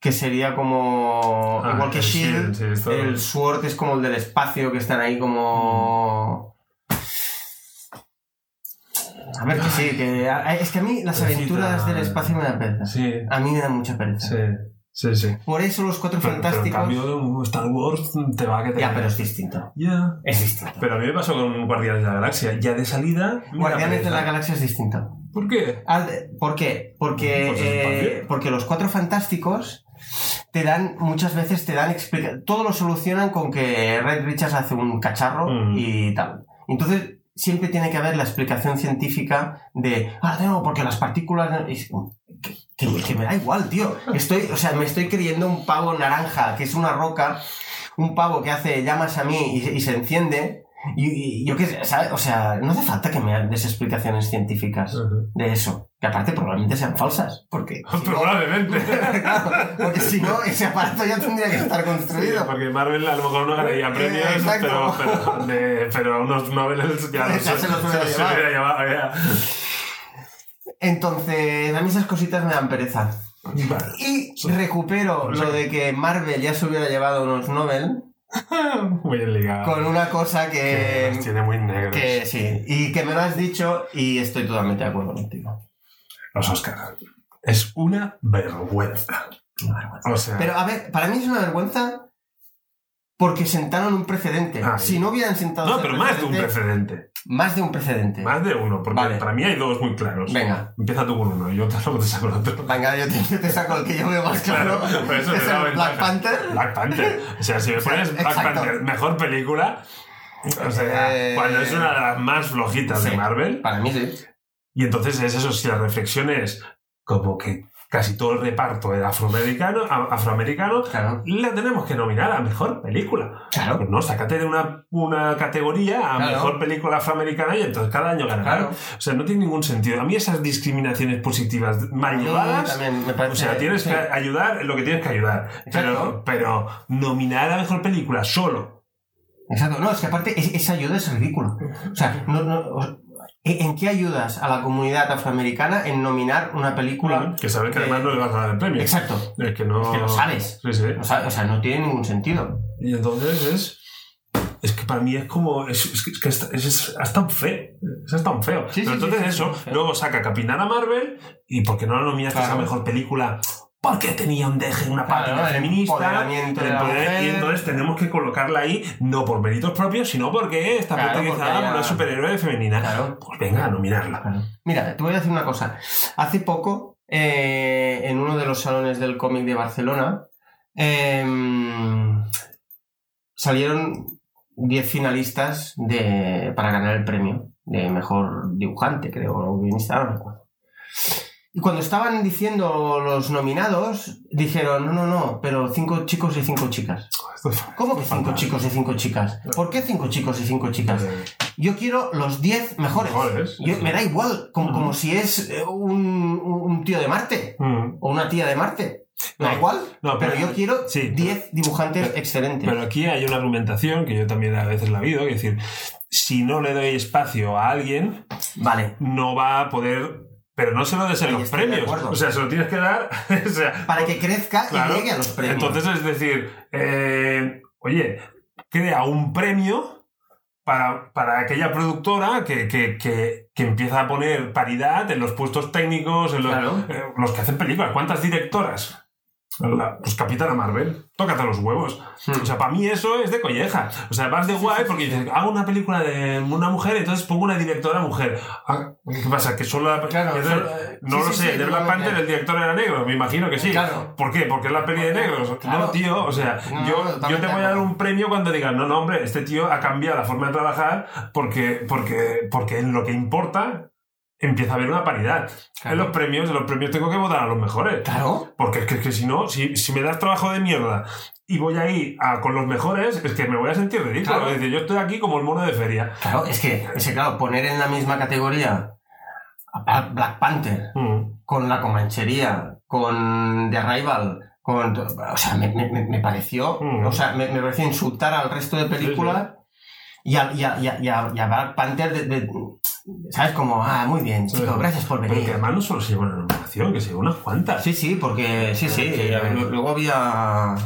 [SPEAKER 2] que sería como.
[SPEAKER 1] Ah,
[SPEAKER 2] igual que
[SPEAKER 1] el
[SPEAKER 2] Shield,
[SPEAKER 1] Shield, sí, esto- Mm.
[SPEAKER 2] el Sword es como el del espacio, que están ahí como. A ver, que sí, que a- es que a mí las
[SPEAKER 1] Recita.
[SPEAKER 2] aventuras del espacio me dan pereza.
[SPEAKER 1] Sí,
[SPEAKER 2] A mí me dan mucha pereza.
[SPEAKER 1] sí, sí, sí.
[SPEAKER 2] Por eso los cuatro
[SPEAKER 1] Pero, pero en
[SPEAKER 2] fantásticos.
[SPEAKER 1] cambio, un Star Wars te va a que te
[SPEAKER 2] Ya, pero es distinto.
[SPEAKER 1] Ya.
[SPEAKER 2] Es distinto.
[SPEAKER 1] Pero a mí me pasó con Guardianes de la Galaxia. Ya de salida. me da
[SPEAKER 2] Guardianes de
[SPEAKER 1] pereza.
[SPEAKER 2] la Galaxia es distinto.
[SPEAKER 1] ¿Por qué?
[SPEAKER 2] Al- Ah, ¿Por qué? Porque,
[SPEAKER 1] Pues es
[SPEAKER 2] eh,
[SPEAKER 1] espacio.
[SPEAKER 2] porque los cuatro fantásticos te dan, muchas veces te dan explica Todo lo solucionan con que Red Richards hace un cacharro
[SPEAKER 1] Mm.
[SPEAKER 2] y tal. Entonces, siempre tiene que haber la explicación científica de, ah, no, porque las partículas. es- Que,
[SPEAKER 1] Pues
[SPEAKER 2] que- que me da igual, tío. Estoy, o sea, me estoy creyendo un pavo naranja, que es una roca, un pavo que hace llamas a mí y, y se enciende. Y, y yo qué sé, ¿sabes? O sea, no hace falta que me des explicaciones científicas de eso. Que aparte probablemente sean falsas, porque... si no-
[SPEAKER 1] Probablemente.
[SPEAKER 2] Claro, porque si no, ese aparato ya tendría que estar
[SPEAKER 1] Sí,
[SPEAKER 2] construido.
[SPEAKER 1] porque Marvel a lo mejor no ganaría
[SPEAKER 2] Eh,
[SPEAKER 1] premios,
[SPEAKER 2] exacto.
[SPEAKER 1] pero, pero, de- pero unos Nobel ya
[SPEAKER 2] Ya
[SPEAKER 1] los-
[SPEAKER 2] se los hubiera
[SPEAKER 1] se
[SPEAKER 2] llevado.
[SPEAKER 1] hubiera llevado. ya.
[SPEAKER 2] Entonces, a mí esas cositas me dan pereza.
[SPEAKER 1] Vale.
[SPEAKER 2] Y recupero
[SPEAKER 1] O sea
[SPEAKER 2] lo de que Marvel ya se hubiera llevado unos Nobel
[SPEAKER 1] Muy bien ligado.
[SPEAKER 2] con una cosa
[SPEAKER 1] Ah, Que
[SPEAKER 2] que...
[SPEAKER 1] los tiene muy negros.
[SPEAKER 2] Que sí, y que me lo has dicho y estoy totalmente de acuerdo contigo.
[SPEAKER 1] Los Oscars. Es una vergüenza.
[SPEAKER 2] Una vergüenza.
[SPEAKER 1] O sea,
[SPEAKER 2] Pero a ver, para mí es una vergüenza porque sentaron un precedente.
[SPEAKER 1] Ah,
[SPEAKER 2] Si no hubieran sentado
[SPEAKER 1] no,
[SPEAKER 2] ese
[SPEAKER 1] pero más de un precedente.
[SPEAKER 2] Más de un precedente.
[SPEAKER 1] Más de uno, porque
[SPEAKER 2] Vale.
[SPEAKER 1] para mí hay dos muy claros.
[SPEAKER 2] Venga,
[SPEAKER 1] Empieza tú con uno, yo te luego te saco el otro.
[SPEAKER 2] venga, yo te, yo te saco el que yo veo más claro.
[SPEAKER 1] Claro, por eso
[SPEAKER 2] es
[SPEAKER 1] te da
[SPEAKER 2] el Black
[SPEAKER 1] ventaja.
[SPEAKER 2] Panther.
[SPEAKER 1] Black Panther. O sea, si me
[SPEAKER 2] O sea,
[SPEAKER 1] pones Black
[SPEAKER 2] exacto.
[SPEAKER 1] Panther, mejor película. O sea,
[SPEAKER 2] Eh,
[SPEAKER 1] cuando es una de las más flojitas
[SPEAKER 2] sí.
[SPEAKER 1] de Marvel.
[SPEAKER 2] Para mí sí.
[SPEAKER 1] Y entonces es eso, si la reflexión es como que casi todo el reparto era afroamericano, a- afroamericano
[SPEAKER 2] Claro.
[SPEAKER 1] la tenemos que nominar a mejor película.
[SPEAKER 2] Claro.
[SPEAKER 1] Pues no, sácate de una, una categoría a
[SPEAKER 2] Claro.
[SPEAKER 1] mejor película afroamericana y entonces cada año ganará.
[SPEAKER 2] Claro.
[SPEAKER 1] O sea, no tiene ningún sentido. A mí esas discriminaciones positivas mal
[SPEAKER 2] A mí
[SPEAKER 1] llevadas,
[SPEAKER 2] también me parece.
[SPEAKER 1] o sea, tienes
[SPEAKER 2] sí.
[SPEAKER 1] que ayudar en lo que tienes que ayudar.
[SPEAKER 2] Exacto.
[SPEAKER 1] Pero, pero nominar a mejor película solo.
[SPEAKER 2] Exacto. No, es que aparte es- esa ayuda es ridícula. O sea, no, no, o- ¿en en qué ayudas a la comunidad afroamericana en nominar una película?
[SPEAKER 1] Que saber que
[SPEAKER 2] Eh,
[SPEAKER 1] además no le vas a dar el premio.
[SPEAKER 2] Exacto.
[SPEAKER 1] Es que no.
[SPEAKER 2] Es que lo sabes.
[SPEAKER 1] Sí, sí.
[SPEAKER 2] O sea, o sea, no tiene ningún sentido.
[SPEAKER 1] Y entonces es. Es que para mí es como. Es, es que- es que es, es- es tan feo. Es tan feo.
[SPEAKER 2] Sí, sí,
[SPEAKER 1] Pero entonces
[SPEAKER 2] sí, sí,
[SPEAKER 1] eso,
[SPEAKER 2] sí, sí.
[SPEAKER 1] luego saca Capitán a Marvel y porque no la nominaste
[SPEAKER 2] Claro.
[SPEAKER 1] a mejor película. Porque tenía un deje, una
[SPEAKER 2] Claro,
[SPEAKER 1] página
[SPEAKER 2] el
[SPEAKER 1] feminista.
[SPEAKER 2] empoderamiento de la
[SPEAKER 1] empoder-
[SPEAKER 2] mujer.
[SPEAKER 1] y entonces tenemos que colocarla ahí, no por méritos propios, sino porque está
[SPEAKER 2] Claro, porque
[SPEAKER 1] protagonizada por
[SPEAKER 2] haya-
[SPEAKER 1] una superhéroe femenina.
[SPEAKER 2] Claro.
[SPEAKER 1] Pues venga, a nominarla.
[SPEAKER 2] Mira, te voy a decir una cosa. Hace poco, eh, en uno de los salones del cómic de Barcelona, em, salieron 10 finalistas de, para ganar el premio de mejor dibujante, creo, o guionista, no recuerdo. Y cuando estaban diciendo los nominados, dijeron, no, no, no, pero cinco chicos y cinco chicas. ¿Cómo que cinco chicos y cinco chicas? ¿Por qué cinco chicos y cinco chicas? Yo quiero los 10 mejores.
[SPEAKER 1] Mejores, sí,
[SPEAKER 2] Yo-
[SPEAKER 1] sí.
[SPEAKER 2] me da igual, como,
[SPEAKER 1] Ujú.
[SPEAKER 2] como si es eh, un, un tío de Marte
[SPEAKER 1] Mm.
[SPEAKER 2] o una tía de Marte. Me da
[SPEAKER 1] No,
[SPEAKER 2] igual,
[SPEAKER 1] no,
[SPEAKER 2] pero,
[SPEAKER 1] pero-
[SPEAKER 2] yo quiero
[SPEAKER 1] sí,
[SPEAKER 2] 10 dibujantes
[SPEAKER 1] pero-
[SPEAKER 2] excelentes.
[SPEAKER 1] Pero aquí hay una argumentación que yo también a veces la he oído, que es decir, si no le doy espacio a alguien,
[SPEAKER 2] vale.
[SPEAKER 1] no va a poder. Pero no se lo des en
[SPEAKER 2] Ahí
[SPEAKER 1] los
[SPEAKER 2] estoy de
[SPEAKER 1] premios.
[SPEAKER 2] acuerdo.
[SPEAKER 1] O sea, se lo tienes que dar. o sea,
[SPEAKER 2] Para que crezca
[SPEAKER 1] claro.
[SPEAKER 2] y llegue a los premios.
[SPEAKER 1] Entonces es decir, eh, oye, crea un premio para, para aquella productora que, que- que- que empieza a poner paridad en los puestos técnicos, en los,
[SPEAKER 2] Claro.
[SPEAKER 1] eh, los que hacen películas. ¿Cuántas directoras? La- pues Capitana Marvel, tócate los huevos. O sea, para mí eso es de colleja. O sea, vas de guay porque dices, hago una película de una mujer, entonces pongo una directora mujer. Ah, ¿Qué pasa? Que solo la...
[SPEAKER 2] Claro,
[SPEAKER 1] que-
[SPEAKER 2] solo- eh,
[SPEAKER 1] no
[SPEAKER 2] sí,
[SPEAKER 1] lo
[SPEAKER 2] sí,
[SPEAKER 1] sé,
[SPEAKER 2] sí,
[SPEAKER 1] de Black
[SPEAKER 2] probablemente.
[SPEAKER 1] Panther el director era negro, me imagino que sí.
[SPEAKER 2] Claro.
[SPEAKER 1] ¿Por qué? Porque es la peli de negros.
[SPEAKER 2] Claro.
[SPEAKER 1] No, tío, o sea,
[SPEAKER 2] No,
[SPEAKER 1] yo,
[SPEAKER 2] no,
[SPEAKER 1] yo
[SPEAKER 2] totalmente
[SPEAKER 1] te voy
[SPEAKER 2] de
[SPEAKER 1] a dar
[SPEAKER 2] acuerdo.
[SPEAKER 1] un premio cuando digan, no, no, hombre, este tío ha cambiado la forma de trabajar porque, porque, porque en lo que importa empieza a haber una paridad.
[SPEAKER 2] Claro.
[SPEAKER 1] En los premios, en los premios tengo que votar a los mejores.
[SPEAKER 2] Claro.
[SPEAKER 1] Porque es que, es que si no, si, si me das trabajo de mierda y voy ahí a, con los mejores, es que me voy a sentir ridículo.
[SPEAKER 2] Claro.
[SPEAKER 1] Es decir, yo estoy aquí como el mono de feria.
[SPEAKER 2] Claro, es que, es que, claro, poner en la misma categoría a Black Panther
[SPEAKER 1] Mm.
[SPEAKER 2] con la comanchería, con The Arrival, con. O sea, me, me- me- me pareció.
[SPEAKER 1] Mm.
[SPEAKER 2] O sea, me, me pareció insultar al resto de películas Y, a, y, a- y a- y a- y a Black Panther de. de- ¿Sabes? Como, ah, muy bien,
[SPEAKER 1] Sí.
[SPEAKER 2] chico, gracias por
[SPEAKER 1] Pero que
[SPEAKER 2] venir.
[SPEAKER 1] además no solo se lleva una nominación, que se lleva unas cuantas.
[SPEAKER 2] eh, Sí, sí, porque. Sí, sí.
[SPEAKER 1] Pero que-
[SPEAKER 2] lu- Luego había.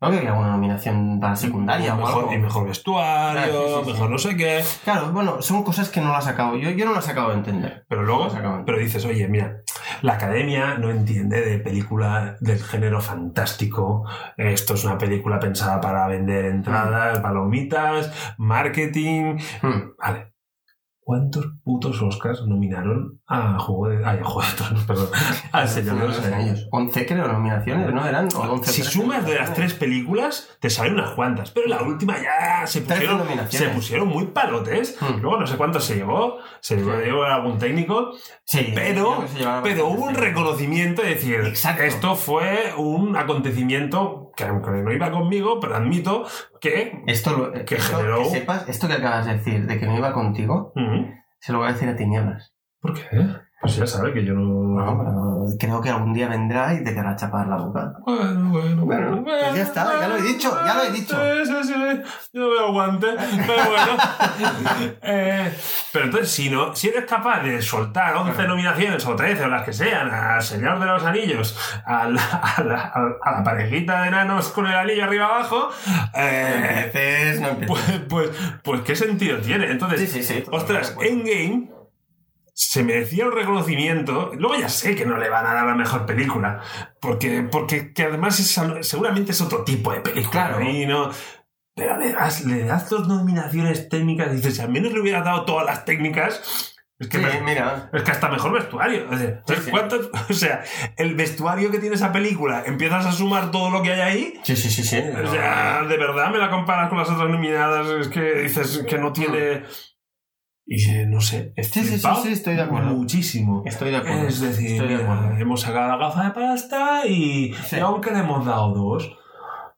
[SPEAKER 2] ¿No que había alguna nominación para secundaria
[SPEAKER 1] Y
[SPEAKER 2] o
[SPEAKER 1] mejor,
[SPEAKER 2] algo?
[SPEAKER 1] y mejor vestuario,
[SPEAKER 2] Claro, sí, sí, sí.
[SPEAKER 1] mejor no sé qué.
[SPEAKER 2] Claro, bueno, son cosas que no las acabo. Yo, yo no las acabo de entender.
[SPEAKER 1] Pero luego,
[SPEAKER 2] Las acabo de
[SPEAKER 1] pero dices, oye, mira, la academia no entiende de película del género fantástico. Esto es una película pensada para vender entradas, palomitas, marketing.
[SPEAKER 2] Hmm.
[SPEAKER 1] Vale. ¿Cuántos putos Oscars nominaron a Juego de... Ay, a Juego de Tronos, perdón. Al Señor de los Anillos?
[SPEAKER 2] 11 creo nominaciones, ¿no? Eran o 11.
[SPEAKER 1] Si
[SPEAKER 2] pero-
[SPEAKER 1] sumas de las tres películas, te salen unas cuantas. Pero la última ya se
[SPEAKER 2] Trece
[SPEAKER 1] pusieron, se
[SPEAKER 2] nominaciones.
[SPEAKER 1] pusieron muy palotes.
[SPEAKER 2] Hmm.
[SPEAKER 1] Luego no sé cuánto se llevó. Se llevó,
[SPEAKER 2] Sí.
[SPEAKER 1] llevó algún técnico.
[SPEAKER 2] Sí, creo
[SPEAKER 1] Pero,
[SPEAKER 2] que se llevaron
[SPEAKER 1] pero hubo un
[SPEAKER 2] bastantes.
[SPEAKER 1] reconocimiento de decir,
[SPEAKER 2] Exacto.
[SPEAKER 1] esto fue un acontecimiento que aunque no iba conmigo, pero admito que...
[SPEAKER 2] Esto, lo- eh,
[SPEAKER 1] que
[SPEAKER 2] esto
[SPEAKER 1] generó-
[SPEAKER 2] que sepas, esto que acabas de decir, de que no iba contigo,
[SPEAKER 1] Mm.
[SPEAKER 2] se lo voy a decir a Tinieblas.
[SPEAKER 1] ¿Por qué? Pues ya sabe que yo
[SPEAKER 2] No,
[SPEAKER 1] no...
[SPEAKER 2] pero creo que algún día vendrá y te querrá chapar la boca.
[SPEAKER 1] Bueno, bueno,
[SPEAKER 2] Bueno, pues ya está, ya lo he dicho, ya lo he dicho.
[SPEAKER 1] Sí, sí, sí, yo me aguante, pero bueno. Eh, pero entonces, si, no, si eres capaz de soltar 11 nominaciones o 13 o las que sean al Señor de los Anillos, a la, a la- a la parejita de enanos con el anillo arriba abajo, eh,
[SPEAKER 2] Entonces, no empieces.
[SPEAKER 1] pues, pues, pues qué sentido tiene. Entonces,
[SPEAKER 2] Sí, sí, sí.
[SPEAKER 1] Ostras,
[SPEAKER 2] Bueno,
[SPEAKER 1] Endgame se merecía un reconocimiento. Luego ya sé que no le van a dar la mejor película. Porque, porque que además es, seguramente es otro tipo de película.
[SPEAKER 2] Claro.
[SPEAKER 1] Y no, pero le das, le das dos nominaciones técnicas y dices, si al menos le hubieras dado todas las técnicas. Es que,
[SPEAKER 2] Sí,
[SPEAKER 1] me-
[SPEAKER 2] mira.
[SPEAKER 1] es que hasta mejor vestuario. O sea, entonces,
[SPEAKER 2] sí.
[SPEAKER 1] ¿cuántos- o sea, el vestuario que tiene esa película, empiezas a sumar todo lo que hay ahí.
[SPEAKER 2] Sí, sí, sí, sí.
[SPEAKER 1] O sea, de verdad me la comparas con las otras nominadas, es que dices que no tiene. Y eh, no sé, he
[SPEAKER 2] Sí, sí, sí,
[SPEAKER 1] flipado
[SPEAKER 2] sí, estoy de acuerdo.
[SPEAKER 1] Muchísimo.
[SPEAKER 2] Estoy de acuerdo.
[SPEAKER 1] Es decir,
[SPEAKER 2] estoy de
[SPEAKER 1] mira,
[SPEAKER 2] acuerdo.
[SPEAKER 1] hemos sacado la gafa de pasta y,
[SPEAKER 2] Sí.
[SPEAKER 1] y aunque le hemos dado dos,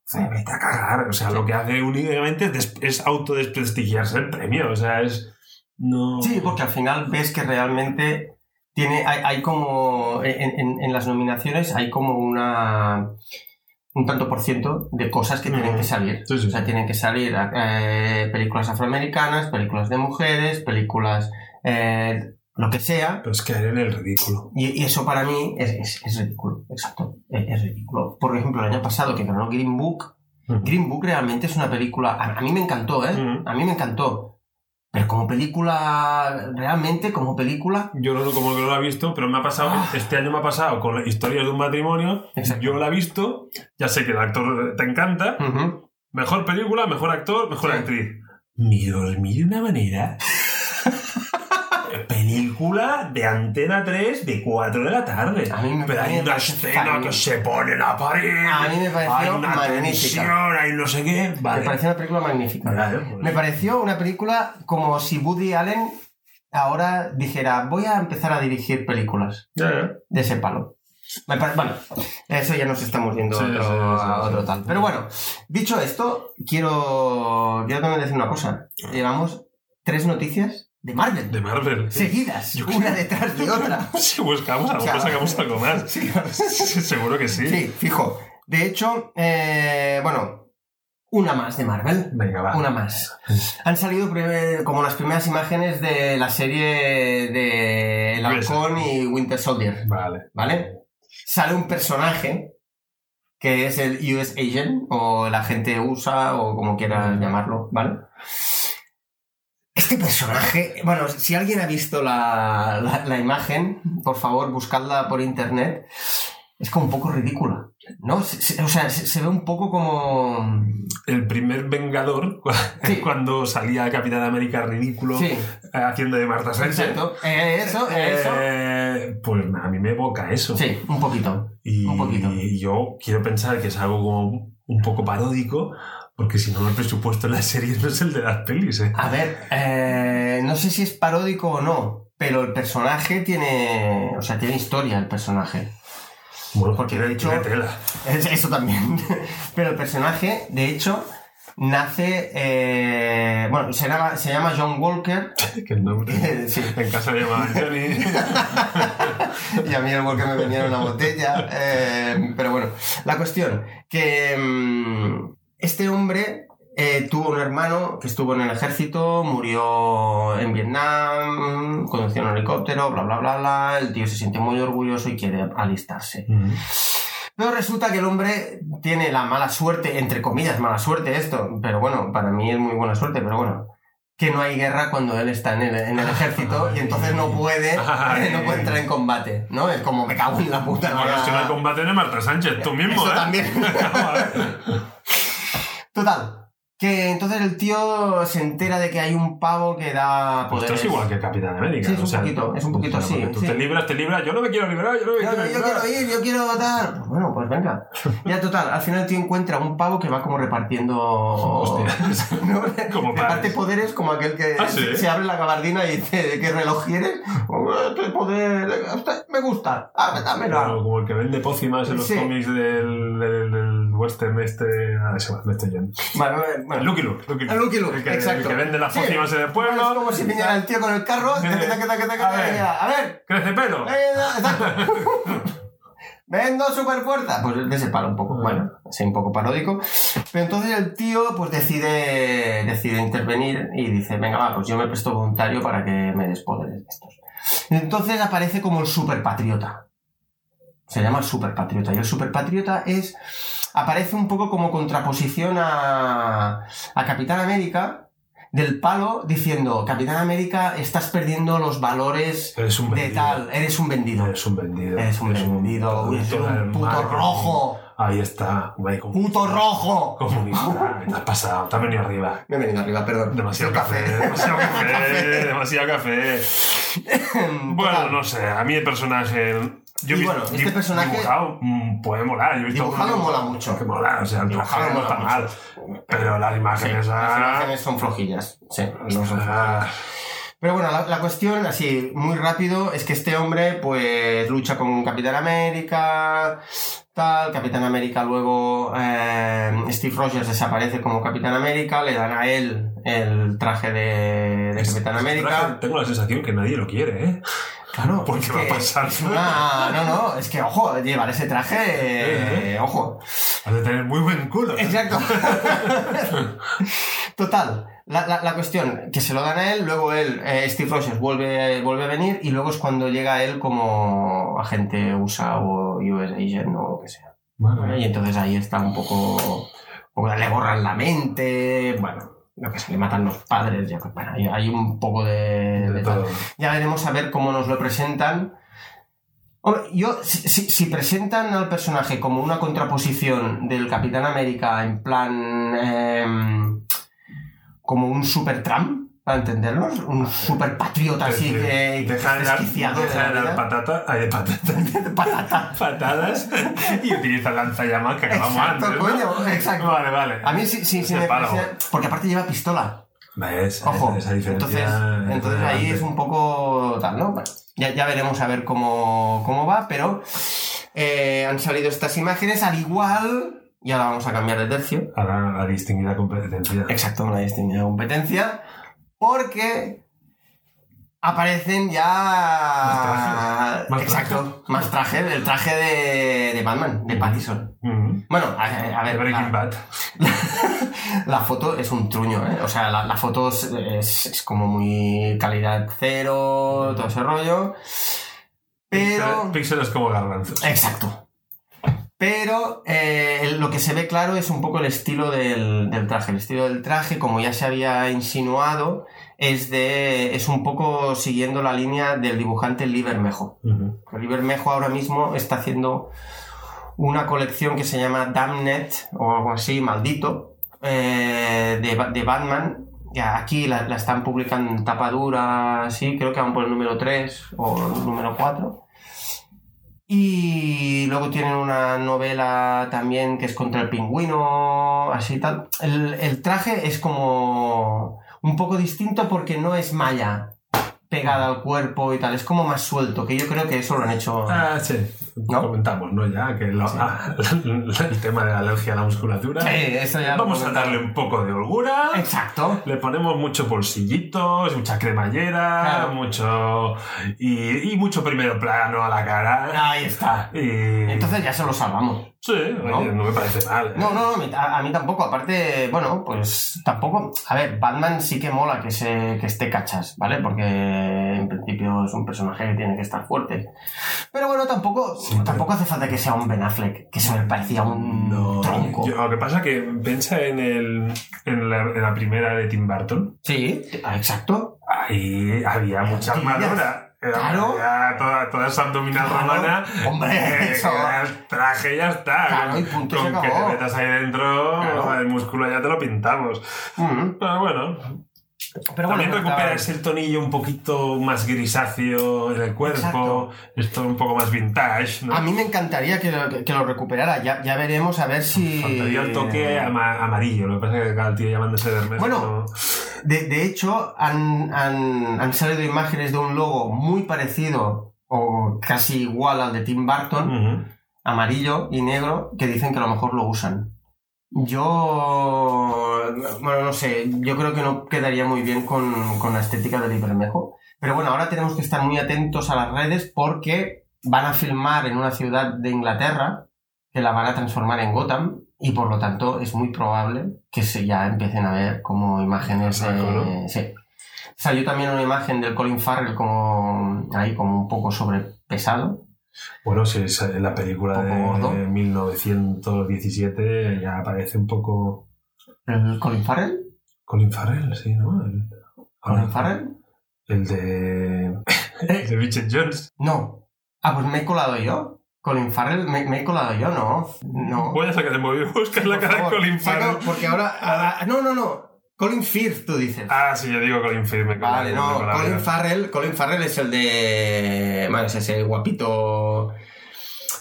[SPEAKER 1] se vete a cagar. O sea, lo que hace únicamente es, des- es autodesprestigiarse el premio. O sea, es. No.
[SPEAKER 2] Sí, porque al final ves que realmente tiene, hay, hay como, en, en- en las nominaciones hay como una, un tanto por ciento de cosas que tienen
[SPEAKER 1] Mm.
[SPEAKER 2] que salir.
[SPEAKER 1] Sí, sí.
[SPEAKER 2] O sea, tienen que salir eh, películas afroamericanas, películas de mujeres, películas, eh, lo que sea.
[SPEAKER 1] Pero es caer en el ridículo.
[SPEAKER 2] Y, y eso para mí es, es- es ridículo, exacto, es, es ridículo. Por ejemplo, el año pasado que ganó Green Book, Green Book realmente es una película, a, a mí me encantó, ¿eh?
[SPEAKER 1] Mm.
[SPEAKER 2] A mí me encantó. Pero como película, realmente como película,
[SPEAKER 1] Yo no lo como que no la he visto, pero me ha pasado,
[SPEAKER 2] Ah.
[SPEAKER 1] este año me ha pasado con la historia de un matrimonio.
[SPEAKER 2] Exacto.
[SPEAKER 1] Yo la he visto, ya sé que el actor eh, te encanta.
[SPEAKER 2] Ujú.
[SPEAKER 1] Mejor película, mejor actor, mejor
[SPEAKER 2] Sí.
[SPEAKER 1] actriz. Mi dormir de una manera. película de Antena 3 de 4 de la tarde.
[SPEAKER 2] A mí me-
[SPEAKER 1] pero
[SPEAKER 2] a mí
[SPEAKER 1] hay
[SPEAKER 2] me
[SPEAKER 1] una
[SPEAKER 2] parece
[SPEAKER 1] escena
[SPEAKER 2] fabuloso.
[SPEAKER 1] que se pone la pared.
[SPEAKER 2] A mí me pareció
[SPEAKER 1] hay una
[SPEAKER 2] magnífica.
[SPEAKER 1] tensión, hay no sé qué. Vale.
[SPEAKER 2] Me pareció una película magnífica.
[SPEAKER 1] Vale, pues.
[SPEAKER 2] Me pareció una película como si Woody Allen ahora dijera, voy a empezar a dirigir películas
[SPEAKER 1] Ya, ya.
[SPEAKER 2] de ese palo. Me pare- Bueno, eso ya nos estamos yendo
[SPEAKER 1] Sí,
[SPEAKER 2] a otro,
[SPEAKER 1] sí, sí, sí,
[SPEAKER 2] a otro
[SPEAKER 1] sí.
[SPEAKER 2] tal. Pero bueno, dicho esto, quiero, quiero también decir una cosa. Llevamos tres noticias de Marvel.
[SPEAKER 1] De Marvel.
[SPEAKER 2] Seguidas,
[SPEAKER 1] Yo-
[SPEAKER 2] una detrás de otra.
[SPEAKER 1] Si buscamos algo, pues
[SPEAKER 2] Claro.
[SPEAKER 1] sacamos algo más. Seguro que sí.
[SPEAKER 2] Sí, fijo. De hecho, eh, bueno, una más de Marvel.
[SPEAKER 1] Venga, va.
[SPEAKER 2] Una más. Han salido primer- como las primeras imágenes de la serie de El Halcón y Winter Soldier,
[SPEAKER 1] Vale.
[SPEAKER 2] ¿vale? Sale un personaje que es el US Agent o el agente USA o como quieras llamarlo, ¿vale? Este personaje, bueno, si alguien ha visto la, la- la imagen, por favor, buscadla por internet. Es como un poco ridícula, ¿no? Se- se- o sea, se, se ve un poco como...
[SPEAKER 1] El primer Vengador, cu-
[SPEAKER 2] Sí.
[SPEAKER 1] cuando salía Capitán América ridículo
[SPEAKER 2] Sí.
[SPEAKER 1] eh, haciendo de Marta Sánchez.
[SPEAKER 2] Exacto. Eh, eso, eh, eso.
[SPEAKER 1] Eh, pues a mí me evoca eso.
[SPEAKER 2] Sí, un poquito.
[SPEAKER 1] y
[SPEAKER 2] un poquito.
[SPEAKER 1] yo quiero pensar que es algo como un poco paródico, porque si no, el presupuesto en las series no es el de las pelis. ¿eh?
[SPEAKER 2] A ver, eh, no sé si es paródico o no, pero el personaje tiene. O sea, tiene historia el personaje.
[SPEAKER 1] Bueno,
[SPEAKER 2] Porque
[SPEAKER 1] tiene-
[SPEAKER 2] de hecho-
[SPEAKER 1] tiene tela.
[SPEAKER 2] Es- Eso también. Pero el personaje, de hecho, nace. eh, bueno, se llama, se llama John Walker.
[SPEAKER 1] Que el nombre.
[SPEAKER 2] Sí,
[SPEAKER 1] En casa le llamaban Johnny.
[SPEAKER 2] y a mí el Walker me venía en una botella. eh, pero bueno, la cuestión: que mm, este hombre eh, tuvo un hermano que estuvo en el ejército, murió en Vietnam, conducía un helicóptero, bla, bla, bla, bla. El tío se siente muy orgulloso y quiere alistarse.
[SPEAKER 1] Mm.
[SPEAKER 2] Pero resulta que el hombre tiene la mala suerte, entre comillas, mala suerte esto, pero bueno, para mí es muy buena suerte, pero bueno, que no hay guerra cuando él está en el, en el ejército y entonces no puede, no puede entrar en combate, ¿no? Es como me cago en la puta.
[SPEAKER 1] Bueno,
[SPEAKER 2] la-
[SPEAKER 1] si no hay combate no es Marta Sánchez, tú mismo,
[SPEAKER 2] Eso
[SPEAKER 1] ¿eh?
[SPEAKER 2] también. Total. Que entonces el tío se entera de que hay un pavo que da
[SPEAKER 1] Pues
[SPEAKER 2] poderes.
[SPEAKER 1] esto es igual que Capitán América.
[SPEAKER 2] Sí, es un
[SPEAKER 1] o sea,
[SPEAKER 2] poquito, es un poquito
[SPEAKER 1] o sea,
[SPEAKER 2] así,
[SPEAKER 1] porque Tú
[SPEAKER 2] sí.
[SPEAKER 1] te libras, te libras. Yo no me quiero librar, yo no me
[SPEAKER 2] Yo,
[SPEAKER 1] quiero
[SPEAKER 2] yo
[SPEAKER 1] librar.
[SPEAKER 2] quiero ir, yo quiero votar. Bueno, pues venga. Ya total, al final el tío encuentra un pavo que va como repartiendo.
[SPEAKER 1] Hostias.
[SPEAKER 2] ¿no?
[SPEAKER 1] Como
[SPEAKER 2] Reparte
[SPEAKER 1] pares.
[SPEAKER 2] poderes como aquel que
[SPEAKER 1] Ah, ¿sí?
[SPEAKER 2] se, se abre la gabardina y dice qué reloj quieres. Oh, Este poder este me gusta. Ah, dámelo.
[SPEAKER 1] Claro, como el que vende pócimas en los
[SPEAKER 2] Sí.
[SPEAKER 1] cómics del, del- del western este. Nada, se va, me estoy yendo.
[SPEAKER 2] Bueno, bueno.
[SPEAKER 1] Lucky Luke. Lucky
[SPEAKER 2] El Lucky Luke,
[SPEAKER 1] el que, el
[SPEAKER 2] exacto.
[SPEAKER 1] que vende las
[SPEAKER 2] Sí.
[SPEAKER 1] pócimas en el
[SPEAKER 2] Es
[SPEAKER 1] pueblo.
[SPEAKER 2] como si viniera el tío con el carro.
[SPEAKER 1] Sí.
[SPEAKER 2] taca, taca, taca,
[SPEAKER 1] eh,
[SPEAKER 2] taca,
[SPEAKER 1] A ver.
[SPEAKER 2] y ya, A ver.
[SPEAKER 1] ¡Crece pelo!
[SPEAKER 2] Eh, no, exacto. Vendo super fuerza. Pues de ese palo un poco, bueno, sí, un poco paródico. Pero entonces el tío pues decide, decide intervenir y dice, venga, va, pues yo me presto voluntario para que me des poderes de estos. Y entonces aparece como el super patriota. Se llama el super patriota. Y el super patriota es. aparece un poco como contraposición a. a Capitán América. Del palo diciendo, Capitán América, estás perdiendo los valores
[SPEAKER 1] Eres un
[SPEAKER 2] de
[SPEAKER 1] vendido.
[SPEAKER 2] tal, eres un vendido.
[SPEAKER 1] Eres un vendido.
[SPEAKER 2] Eres un vendido, eres
[SPEAKER 1] producto del
[SPEAKER 2] un puto
[SPEAKER 1] marketing.
[SPEAKER 2] rojo,
[SPEAKER 1] Ahí está. Güey, como-
[SPEAKER 2] puto rojo.
[SPEAKER 1] Comunista. ¿Qué te has pasado? Te has venido arriba.
[SPEAKER 2] Me he venido arriba, perdón.
[SPEAKER 1] Demasiado
[SPEAKER 2] El
[SPEAKER 1] café, demasiado café,
[SPEAKER 2] Café.
[SPEAKER 1] demasiado café.
[SPEAKER 2] Total.
[SPEAKER 1] Bueno, no sé, a mí el personaje. Yo
[SPEAKER 2] Y
[SPEAKER 1] he visto-
[SPEAKER 2] bueno, este
[SPEAKER 1] di-
[SPEAKER 2] personaje-
[SPEAKER 1] Dibujado mm, puede molar. Yo he visto
[SPEAKER 2] Dibujado mola mucho.
[SPEAKER 1] Que mola, o sea, el
[SPEAKER 2] Dibujado
[SPEAKER 1] dibujado no
[SPEAKER 2] mola
[SPEAKER 1] está mal. Pero las
[SPEAKER 2] Sí,
[SPEAKER 1] imágenes.
[SPEAKER 2] las
[SPEAKER 1] ah,
[SPEAKER 2] imágenes son flojillas. Sí, no son flojillas.
[SPEAKER 1] ah,
[SPEAKER 2] Pero bueno, la, la cuestión, así, muy rápido, es que este hombre, pues, lucha con Capitán América, tal, Capitán América luego, eh, Steve Rogers desaparece como Capitán América, le dan a él el traje de, de
[SPEAKER 1] es-
[SPEAKER 2] Capitán
[SPEAKER 1] es un
[SPEAKER 2] América.
[SPEAKER 1] traje- Tengo la sensación que nadie lo quiere, ¿eh?
[SPEAKER 2] Claro,
[SPEAKER 1] ¿Por
[SPEAKER 2] es
[SPEAKER 1] qué va a
[SPEAKER 2] que
[SPEAKER 1] pasar?
[SPEAKER 2] es una- No, no, es que ojo, llevar ese traje, eh, ojo.
[SPEAKER 1] Has de tener muy buen culo.
[SPEAKER 2] Exacto. Total. La, la- la cuestión, que se lo dan a él, luego él, eh, Steve Rogers, vuelve, vuelve a venir y luego es cuando llega él como agente USA o US Agent o lo que sea.
[SPEAKER 1] Bueno,
[SPEAKER 2] Y entonces ahí está un poco... o le borran la mente, eh, bueno, lo que se le matan los padres, ya, pues, bueno, hay, hay un poco de...
[SPEAKER 1] de
[SPEAKER 2] de tal.
[SPEAKER 1] todo.
[SPEAKER 2] Ya veremos a ver cómo nos lo presentan. Hombre, yo, si, si- si presentan al personaje como una contraposición del Capitán América en plan. em, como un super Trump, para entendernos, un super patriota así
[SPEAKER 1] Ah, Sí, sí.
[SPEAKER 2] que.
[SPEAKER 1] Deja de dar,
[SPEAKER 2] desquiciado de
[SPEAKER 1] deja
[SPEAKER 2] la
[SPEAKER 1] de dar
[SPEAKER 2] vida.
[SPEAKER 1] patata, ay, de patata,
[SPEAKER 2] Patata.
[SPEAKER 1] patadas y utiliza lanzallamas que acabamos
[SPEAKER 2] Exacto,
[SPEAKER 1] antes. ¿no?
[SPEAKER 2] coño, exacto.
[SPEAKER 1] Vale, vale.
[SPEAKER 2] A mí sí, sí, sí
[SPEAKER 1] Ese
[SPEAKER 2] me
[SPEAKER 1] palo.
[SPEAKER 2] parece. Porque aparte lleva pistola.
[SPEAKER 1] ¿Ves?
[SPEAKER 2] Ojo,
[SPEAKER 1] Esa
[SPEAKER 2] entonces,
[SPEAKER 1] diferencia.
[SPEAKER 2] entonces ahí es un poco tal, ¿no? Bueno, ya, ya veremos a ver cómo, cómo va, pero eh, han salido estas imágenes al igual, y ahora vamos a cambiar de tercio,
[SPEAKER 1] Ahora la distinguida competencia.
[SPEAKER 2] exacto, una distinguida competencia, porque aparecen ya...
[SPEAKER 1] Más trajes, más
[SPEAKER 2] exacto, más traje, el traje de, de Batman, de Pattinson.
[SPEAKER 1] Mhm.
[SPEAKER 2] Bueno, a, Eh, a ver... ah,
[SPEAKER 1] De Breaking
[SPEAKER 2] la-
[SPEAKER 1] Bad.
[SPEAKER 2] La foto es un truño, ¿eh? O sea, la, la foto es, es- es como muy calidad cero, todo ese rollo. Pero...
[SPEAKER 1] Pixel- Píxeles como garbanzos.
[SPEAKER 2] Exacto. Pero eh, lo que se ve claro es un poco el estilo del, del traje. El estilo del traje, como ya se había insinuado, es, de, es un poco siguiendo la línea del dibujante Libermejo.
[SPEAKER 1] Mhm.
[SPEAKER 2] Oliver Mejo ahora mismo está haciendo una colección que se llama Damned o algo así, maldito, eh, de, Ba- de Batman. Ya, aquí la, la están publicando en tapa dura, sí, creo que van por el número 3 o el número 4. Y luego tienen una novela también que es contra el pingüino, así tal. El, el traje es como un poco distinto porque no es malla pegada al cuerpo y tal, es como más suelto, que yo creo que eso lo han hecho...
[SPEAKER 1] Ah, sí.
[SPEAKER 2] ¿No?
[SPEAKER 1] Comentamos, ¿no? Ya que lo-
[SPEAKER 2] Sí.
[SPEAKER 1] ah, el tema de la alergia a la musculatura.
[SPEAKER 2] Eh, esto ya lo
[SPEAKER 1] Vamos a
[SPEAKER 2] comentamos.
[SPEAKER 1] darle un poco de holgura.
[SPEAKER 2] Exacto.
[SPEAKER 1] Le ponemos muchos bolsillitos, mucha cremallera,
[SPEAKER 2] Claro.
[SPEAKER 1] mucho. Y, y mucho primero plano a la cara.
[SPEAKER 2] Ahí está.
[SPEAKER 1] Y...
[SPEAKER 2] Entonces ya se lo salvamos.
[SPEAKER 1] Sí,
[SPEAKER 2] ¿No?
[SPEAKER 1] oye, no me parece mal. ¿eh?
[SPEAKER 2] No, no, no, a, a mí tampoco. Aparte, bueno, pues tampoco. A ver, Batman sí que mola que, se, que esté cachas, ¿vale? Porque en principio es un personaje que tiene que estar fuerte. Pero bueno, tampoco. Tampoco hace falta que sea un Ben Affleck, que se me parecía un
[SPEAKER 1] No.
[SPEAKER 2] tronco.
[SPEAKER 1] Yo- lo que pasa que piensa en, el, en, la, en la primera de Tim Burton.
[SPEAKER 2] Sí, ah, exacto.
[SPEAKER 1] Ahí había mucha
[SPEAKER 2] Tías.
[SPEAKER 1] armadura. Era-
[SPEAKER 2] Claro.
[SPEAKER 1] era Toda, toda esa abdominal
[SPEAKER 2] Claro.
[SPEAKER 1] romana.
[SPEAKER 2] Hombre,
[SPEAKER 1] Eh,
[SPEAKER 2] eso.
[SPEAKER 1] era El traje ya está.
[SPEAKER 2] Claro, y punto,
[SPEAKER 1] Con
[SPEAKER 2] se
[SPEAKER 1] que
[SPEAKER 2] acabó.
[SPEAKER 1] te metas ahí dentro,
[SPEAKER 2] Claro.
[SPEAKER 1] el músculo ya te lo pintamos.
[SPEAKER 2] Mm.
[SPEAKER 1] Pero bueno,
[SPEAKER 2] Pero bueno,
[SPEAKER 1] También
[SPEAKER 2] estaba-
[SPEAKER 1] recuperas el tonillo un poquito más grisáceo en el cuerpo,
[SPEAKER 2] Exacto.
[SPEAKER 1] esto un poco más vintage, ¿no?
[SPEAKER 2] A mí me encantaría que lo, que lo recuperara. Ya, ya veremos a ver si.
[SPEAKER 1] Faltaría el toque ama- amarillo, lo que pasa es que cada tío llamándose de Hermes.
[SPEAKER 2] Bueno. De, de hecho, han, han- han salido imágenes de un logo muy parecido o casi igual al de Tim
[SPEAKER 1] ¿no?
[SPEAKER 2] Burton,
[SPEAKER 1] Ujú.
[SPEAKER 2] amarillo y negro, que dicen que a lo mejor lo usan. Yo. Bueno, no sé, yo creo que no quedaría muy bien con, con la estética del Ibermejo. Pero bueno, ahora tenemos que estar muy atentos a las redes porque van a filmar en una ciudad de Inglaterra que la van a transformar en Gotham y por lo tanto es muy probable que se ya empiecen a ver como imágenes de...
[SPEAKER 1] Saco, ¿no?
[SPEAKER 2] Sí. Salió también una imagen del Colin Farrell como ahí como un poco sobrepesado.
[SPEAKER 1] Bueno, si es en la película
[SPEAKER 2] Un poco gordo.
[SPEAKER 1] de 1917 ya aparece un poco
[SPEAKER 2] ¿El Colin Farrell?
[SPEAKER 1] Colin Farrell, sí, ¿no? El- ah,
[SPEAKER 2] ¿Colin Farrell?
[SPEAKER 1] El de... el de Bridget Jones.
[SPEAKER 2] No. Ah, pues me he colado yo. Colin Farrell, me, me he colado yo, ¿no? No.
[SPEAKER 1] Voy a sacar de móvil, buscar la
[SPEAKER 2] Por
[SPEAKER 1] cara de
[SPEAKER 2] favor.
[SPEAKER 1] Colin
[SPEAKER 2] Sí, no,
[SPEAKER 1] Farrell.
[SPEAKER 2] porque ahora. ah, ah, no, no, no. Colin Firth, tú dices.
[SPEAKER 1] Ah, sí, yo digo Colin Firth. me
[SPEAKER 2] vale,
[SPEAKER 1] cago en
[SPEAKER 2] no.
[SPEAKER 1] la
[SPEAKER 2] Colin
[SPEAKER 1] vida.
[SPEAKER 2] Farrell, Colin Farrell es el de. Bueno, es ese guapito.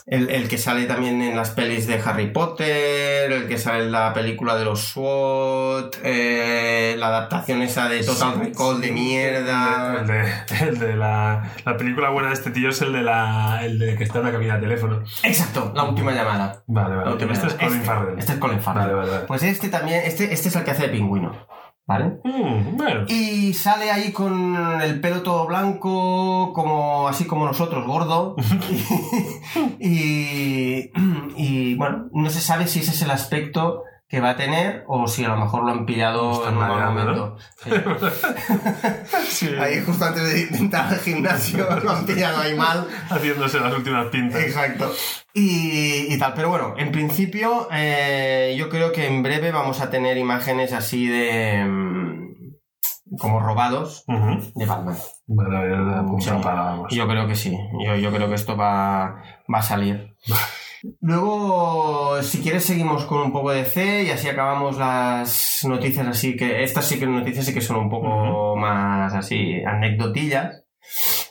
[SPEAKER 2] El, el que sale también en las pelis de Harry Potter, el que sale en la película de los SWAT, eh, la adaptación esa de Total
[SPEAKER 1] Sí,
[SPEAKER 2] Recall de
[SPEAKER 1] sí.
[SPEAKER 2] mierda.
[SPEAKER 1] El de, el de la, la película buena de este tío es el de la el de que está en la cabina de teléfono.
[SPEAKER 2] Exacto, la última llamada.
[SPEAKER 1] Vale, vale.
[SPEAKER 2] La última
[SPEAKER 1] este es
[SPEAKER 2] llamada.
[SPEAKER 1] Colin Farrell.
[SPEAKER 2] Este es Colin Farrell.
[SPEAKER 1] Vale, vale, vale.
[SPEAKER 2] Pues este también, este, este es el que hace de pingüino, ¿vale?
[SPEAKER 1] Mm, bueno.
[SPEAKER 2] Y sale ahí con el pelo todo blanco, como así como nosotros, gordo. y, y, bueno, no se sabe si ese es el aspecto que va a tener o si a lo mejor lo han pillado
[SPEAKER 1] Está
[SPEAKER 2] en un
[SPEAKER 1] mareado,
[SPEAKER 2] momento.
[SPEAKER 1] Sí,
[SPEAKER 2] Sí. justo antes de intentar al gimnasio lo han pillado ahí mal.
[SPEAKER 1] Haciéndose las últimas pintas.
[SPEAKER 2] Exacto. Y, y tal, pero bueno, en principio eh, yo creo que en breve vamos a tener imágenes así de... mm, como robados
[SPEAKER 1] Ujú.
[SPEAKER 2] de Batman.
[SPEAKER 1] Vale, vale, vale, apuntado
[SPEAKER 2] Sí.
[SPEAKER 1] para vamos.
[SPEAKER 2] Yo creo que sí, yo, yo creo que esto va, va a salir. Luego, si quieres, seguimos con un poco de C y así acabamos las noticias así que... Estas sí que noticias sí que son un poco más así, anecdotillas.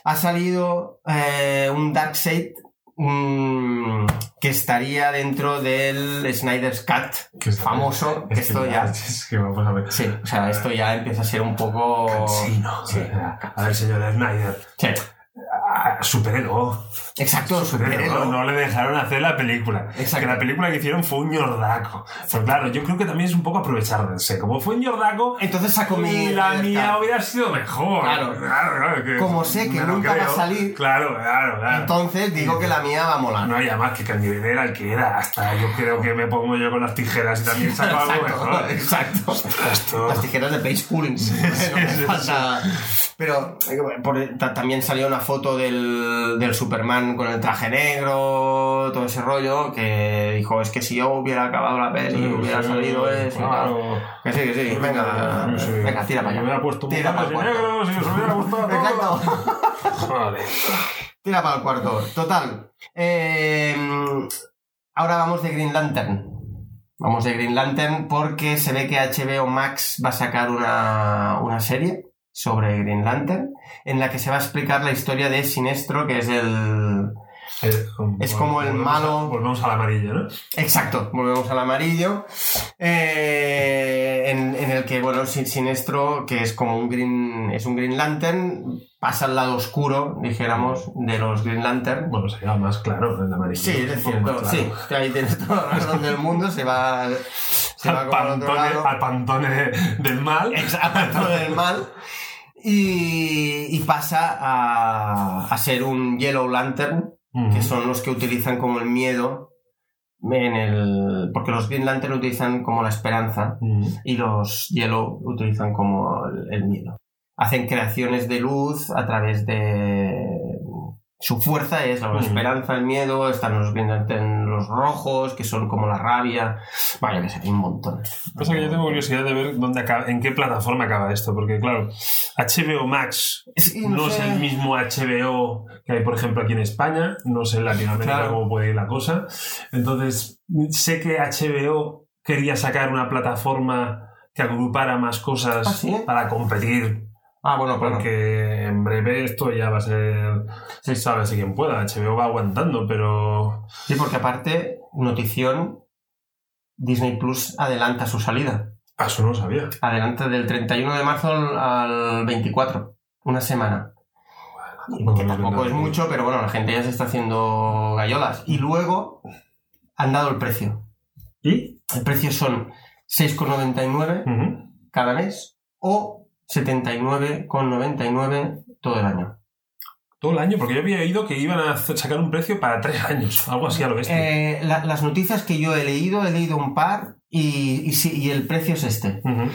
[SPEAKER 2] Ha salido eh, un Darkseid mm, que estaría dentro del Snyder's Cut
[SPEAKER 1] Que está-
[SPEAKER 2] famoso, que
[SPEAKER 1] es
[SPEAKER 2] esto Este ya...
[SPEAKER 1] Es que vamos a ver.
[SPEAKER 2] Sí, o sea, esto ya empieza a ser un poco...
[SPEAKER 1] Cansino.
[SPEAKER 2] Sí.
[SPEAKER 1] A ver, señor Snyder.
[SPEAKER 2] Sí,
[SPEAKER 1] Ah, Supérelo.
[SPEAKER 2] Exacto,
[SPEAKER 1] Pero
[SPEAKER 2] superhéroe.
[SPEAKER 1] no, no le dejaron hacer la película.
[SPEAKER 2] Exacto.
[SPEAKER 1] Que la película que hicieron fue un ñordaco. Pero claro, yo creo que también es un poco aprovecharse. Como fue un ñordaco,
[SPEAKER 2] Entonces saco mi...
[SPEAKER 1] y la
[SPEAKER 2] Snyder's
[SPEAKER 1] mía
[SPEAKER 2] Cut.
[SPEAKER 1] hubiera sido mejor.
[SPEAKER 2] Claro.
[SPEAKER 1] claro, que
[SPEAKER 2] Como sé que
[SPEAKER 1] me lo
[SPEAKER 2] nunca va a salir.
[SPEAKER 1] Claro, claro, claro.
[SPEAKER 2] Entonces digo que la mía va a molar.
[SPEAKER 1] Ah, no, y además que Candidel era el que era. Hasta yo creo que me pongo yo con las tijeras y también saco algo mejor.
[SPEAKER 2] exacto.
[SPEAKER 1] Esto.
[SPEAKER 2] Las tijeras de Page Pulling. no me
[SPEAKER 1] sí, sí.
[SPEAKER 2] falta- Pero eh, por- ta- también salió una foto del, del Superman con el traje negro, todo ese rollo, que dijo, es que si yo hubiera acabado la peli, hubiera salido eso. y tal".
[SPEAKER 1] Claro.
[SPEAKER 2] Que sí, que sí, venga,
[SPEAKER 1] Sí, sí.
[SPEAKER 2] venga, tira para
[SPEAKER 1] Me
[SPEAKER 2] allá.
[SPEAKER 1] hubiera puesto un
[SPEAKER 2] Tira para el
[SPEAKER 1] traje
[SPEAKER 2] cuarto.
[SPEAKER 1] negro si os hubiera gustado.
[SPEAKER 2] Exacto.
[SPEAKER 1] Joder.
[SPEAKER 2] Tira para el cuarto. Total. eh, ahora vamos de Green Lantern. Vamos de Green Lantern porque se ve que HBO Max va a sacar una, una serie sobre Green Lantern en la que se va a explicar la historia de Sinestro, que es el...
[SPEAKER 1] Es,
[SPEAKER 2] Es como el
[SPEAKER 1] volvemos a-
[SPEAKER 2] malo-
[SPEAKER 1] volvemos al amarillo, ¿no?
[SPEAKER 2] Exacto, volvemos al amarillo. eh, en, en el que, bueno, Sin- Sinestro, que es como un Green, es un Green Lantern, pasa al lado oscuro, dijéramos, de los Green Lantern.
[SPEAKER 1] Bueno, sería más claro el amarillo.
[SPEAKER 2] Sí, es
[SPEAKER 1] Un poco
[SPEAKER 2] cierto,
[SPEAKER 1] más
[SPEAKER 2] sí.
[SPEAKER 1] claro.
[SPEAKER 2] que Ahí tienes toda la razón del mundo, se va, se va
[SPEAKER 1] Al
[SPEAKER 2] como al otro
[SPEAKER 1] pantone,
[SPEAKER 2] lado.
[SPEAKER 1] al pantone de- del mal.
[SPEAKER 2] Exacto, del mal. Y, y pasa a, a ser un Yellow Lantern,
[SPEAKER 1] Mm.
[SPEAKER 2] que son los que utilizan como el miedo en el... Porque los Green Lantern utilizan como la esperanza
[SPEAKER 1] Mm.
[SPEAKER 2] y los Yellow utilizan como el, el miedo. Hacen creaciones de luz a través de... su fuerza es la mm. esperanza, el miedo, están los, en los rojos, que son como la rabia. Vaya, que hay un montón.
[SPEAKER 1] Pasa que yo tengo curiosidad de ver dónde acaba, en qué plataforma acaba esto, porque claro, HBO Max sí, no, no sé. es el mismo HBO que hay, por ejemplo, aquí en España, no sé en Latinoamérica claro. cómo puede ir la cosa. Entonces, sé que HBO quería sacar una plataforma que agrupara más cosas ¿Ah, sí? para competir
[SPEAKER 2] Ah, bueno, claro.
[SPEAKER 1] Porque en breve esto ya va a ser. Se sabe si quien pueda. HBO va aguantando, pero.
[SPEAKER 2] Sí, porque aparte, notición: Disney Plus adelanta su salida.
[SPEAKER 1] Ah, eso no lo sabía.
[SPEAKER 2] Adelanta del 31 de marzo al 24. Una semana. Bueno, que no tampoco es mucho, pero bueno, la gente ya se está haciendo gallolas. Y luego han dado el precio.
[SPEAKER 1] ¿Y?
[SPEAKER 2] El precio son 6,99 uh -huh. cada mes o 79,99 todo el año.
[SPEAKER 1] Todo el año, porque yo había oído que iban a sacar un precio para tres años, algo así a lo
[SPEAKER 2] bestia. Eh, la, las noticias que yo he leído, he leído un par y, y, sí, y el precio es este. Uh -huh.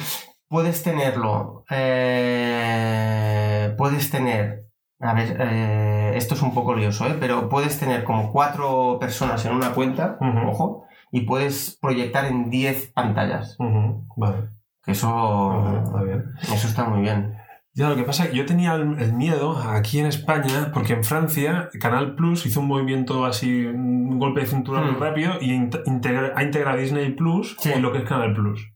[SPEAKER 2] Puedes tenerlo, eh, puedes tener, a ver, eh, esto es un poco lioso, pero puedes tener como cuatro personas en una cuenta, uh -huh. ojo, y puedes proyectar en 10 pantallas.
[SPEAKER 1] Uh -huh. Vale.
[SPEAKER 2] Eso,
[SPEAKER 1] ah, está bien.
[SPEAKER 2] eso está muy bien.
[SPEAKER 1] Ya, lo que pasa es que yo tenía el, el, miedo aquí en España, porque en Francia Canal Plus hizo un movimiento así, un golpe de cintura
[SPEAKER 2] Hmm.
[SPEAKER 1] muy mm. rápido, y in, integra, ha integrado Disney Plus sí. en lo que es Canal Plus.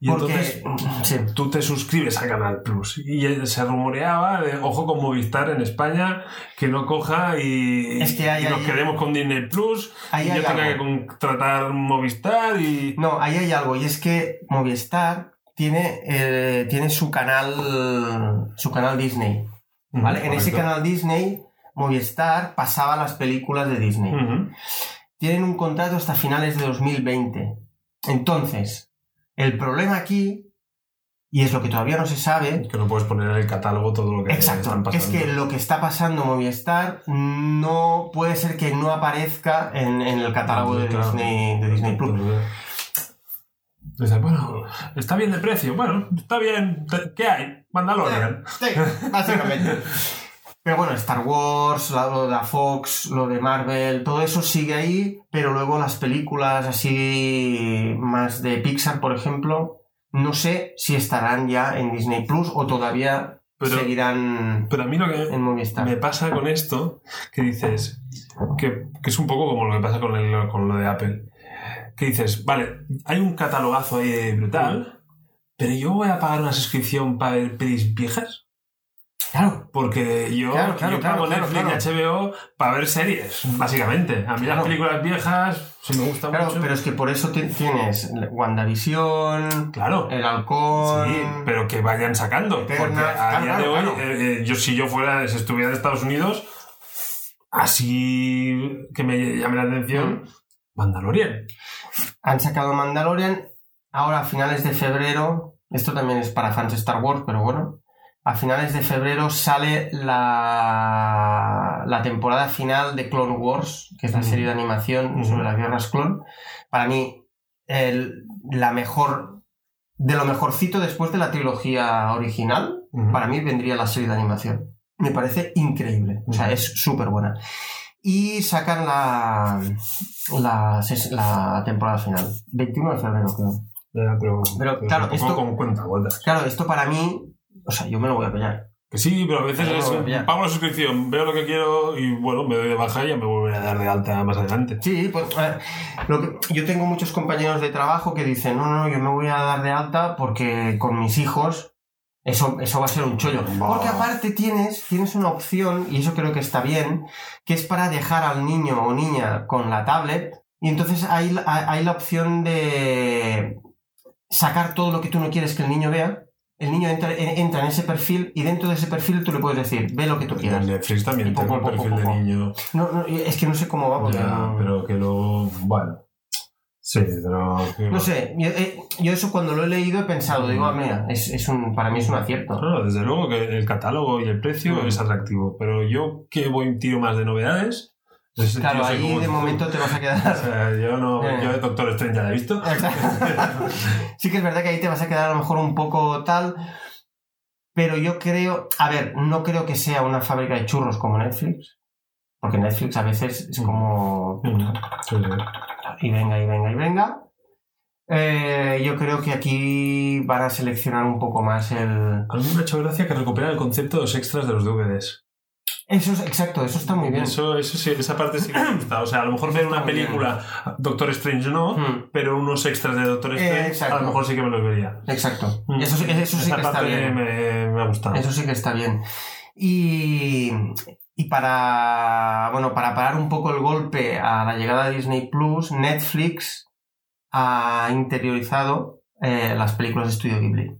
[SPEAKER 1] Y
[SPEAKER 2] Porque,
[SPEAKER 1] entonces sí. tú te suscribes a Canal Plus. Y se rumoreaba, de, ojo con Movistar en España, que no coja y,
[SPEAKER 2] es que hay,
[SPEAKER 1] y nos
[SPEAKER 2] hay,
[SPEAKER 1] quedemos con Disney Plus.
[SPEAKER 2] Ahí
[SPEAKER 1] y yo tenga
[SPEAKER 2] algo.
[SPEAKER 1] que contratar Movistar y.
[SPEAKER 2] No, ahí hay algo. Y es que Movistar tiene, eh, tiene su canal. su canal Disney. ¿Vale? Mm, en ese canal Disney, Movistar pasaba las películas de Disney. Mm -hmm. Tienen un contrato hasta finales de 2020. Entonces, el problema aquí, y es lo que todavía no se sabe.
[SPEAKER 1] Que no puedes poner en el catálogo todo lo que
[SPEAKER 2] exacto,
[SPEAKER 1] están
[SPEAKER 2] pasando. Es que lo que está pasando en Movistar no puede ser que no aparezca en, en el catálogo no, de, claro. Disney, de Disney Plus.
[SPEAKER 1] Dices, bueno, está bien de precio, bueno, está bien. ¿Qué hay? Mandalorian.
[SPEAKER 2] Sí, básicamente. Pero bueno, Star Wars, lo de la Fox, lo de Marvel, todo eso sigue ahí, pero luego las películas así más de Pixar, por ejemplo, no sé si estarán ya en Disney Plus o todavía
[SPEAKER 1] pero,
[SPEAKER 2] seguirán
[SPEAKER 1] pero a mí lo que
[SPEAKER 2] en Movistar.
[SPEAKER 1] Me pasa con esto que dices, que, que es un poco como lo que pasa con, el, con lo de Apple, que dices, vale, hay un catalogazo ahí brutal, pero yo voy a pagar una suscripción para ver pelis viejas.
[SPEAKER 2] Claro.
[SPEAKER 1] Porque yo,
[SPEAKER 2] claro, claro,
[SPEAKER 1] yo pago
[SPEAKER 2] claro,
[SPEAKER 1] Netflix y HBO para ver series, básicamente. A mí las películas viejas se me gustan mucho.
[SPEAKER 2] Pero es que por eso tienes WandaVision,
[SPEAKER 1] claro.
[SPEAKER 2] El Halcón.
[SPEAKER 1] Sí, pero que vayan sacando.
[SPEAKER 2] Eterna,
[SPEAKER 1] porque a día de hoy, eh, eh, yo si yo fuera, si estuviera en Estados Unidos, así que me llame la atención, Mandalorian.
[SPEAKER 2] Han sacado Mandalorian ahora a finales de febrero. Esto también es para fans de Star Wars, pero bueno a finales de febrero sale la, la, temporada final de Clone Wars, que es la serie de animación sobre las guerras clon. Para mí, el, la mejor, de lo mejorcito después de la trilogía original, uh -huh. para mí vendría la serie de animación. Me parece increíble, o sea, es súper buena. Y sacan la, la, la temporada final, 21 de febrero, creo.
[SPEAKER 1] Pero, pero,
[SPEAKER 2] pero claro, esto,
[SPEAKER 1] con cuenta,
[SPEAKER 2] claro, esto para mí o sea, yo me lo voy a pillar.
[SPEAKER 1] Que sí, pero a veces es, pago la suscripción, veo lo que quiero y bueno, me doy de baja y ya me volveré a dar de alta más adelante.
[SPEAKER 2] Sí, pues ver, lo que, yo tengo muchos compañeros de trabajo que dicen, no, no, yo me voy a dar de alta porque con mis hijos eso, eso va a ser un chollo.
[SPEAKER 1] Oh.
[SPEAKER 2] Porque aparte tienes, tienes una opción, y eso creo que está bien, que es para dejar al niño o niña con la tablet. Y entonces hay, hay la opción de sacar todo lo que tú no quieres que el niño vea el niño entra, entra, en ese perfil y dentro de ese perfil tú le puedes decir, ve lo que tú quieras.
[SPEAKER 1] En Netflix también
[SPEAKER 2] poco,
[SPEAKER 1] tengo un perfil
[SPEAKER 2] poco, poco.
[SPEAKER 1] de niño.
[SPEAKER 2] No, no, es que no sé cómo va. Porque
[SPEAKER 1] Ya,
[SPEAKER 2] no...
[SPEAKER 1] pero que luego. Bueno. Sí, pero.
[SPEAKER 2] No sé, yo, eh, yo, eso cuando lo he leído he
[SPEAKER 1] Mm.
[SPEAKER 2] pensado, digo, ah, mira, es, es un, para mí es un acierto.
[SPEAKER 1] Claro, desde luego que el catálogo y el precio mm. es atractivo, pero yo que voy un tiro más de novedades,
[SPEAKER 2] claro, ahí de tú. momento te vas a quedar.
[SPEAKER 1] O sea, yo no. Eh. Yo de Doctor Strange ya la he visto.
[SPEAKER 2] sí, que es verdad que ahí te vas a quedar a lo mejor un poco tal. Pero yo creo. A ver, no creo que sea una fábrica de churros como Netflix. Porque Netflix a veces
[SPEAKER 1] Mm.
[SPEAKER 2] es como. Y venga, y venga, y venga. Eh, yo creo que aquí van a seleccionar un poco más el.
[SPEAKER 1] A mí me ha hecho gracia que recuperan el concepto de los extras de los DVDs.
[SPEAKER 2] Eso es, exacto, eso está muy bien.
[SPEAKER 1] Eso, eso sí, esa parte sí que me gusta. O sea, a lo mejor ver
[SPEAKER 2] Está
[SPEAKER 1] una
[SPEAKER 2] muy bien.
[SPEAKER 1] película, Doctor Strange no,
[SPEAKER 2] Mm.
[SPEAKER 1] pero unos extras de Doctor Strange,
[SPEAKER 2] exacto.
[SPEAKER 1] a lo mejor sí que me los vería.
[SPEAKER 2] Exacto.
[SPEAKER 1] Mm.
[SPEAKER 2] Eso, sí- eso sí
[SPEAKER 1] esa
[SPEAKER 2] que está
[SPEAKER 1] parte
[SPEAKER 2] bien.
[SPEAKER 1] Me, me ha gustado.
[SPEAKER 2] Eso sí que está bien. Y, y para, bueno, para parar un poco el golpe a la llegada de Disney Plus, Netflix ha interiorizado eh, las películas de Estudio Ghibli.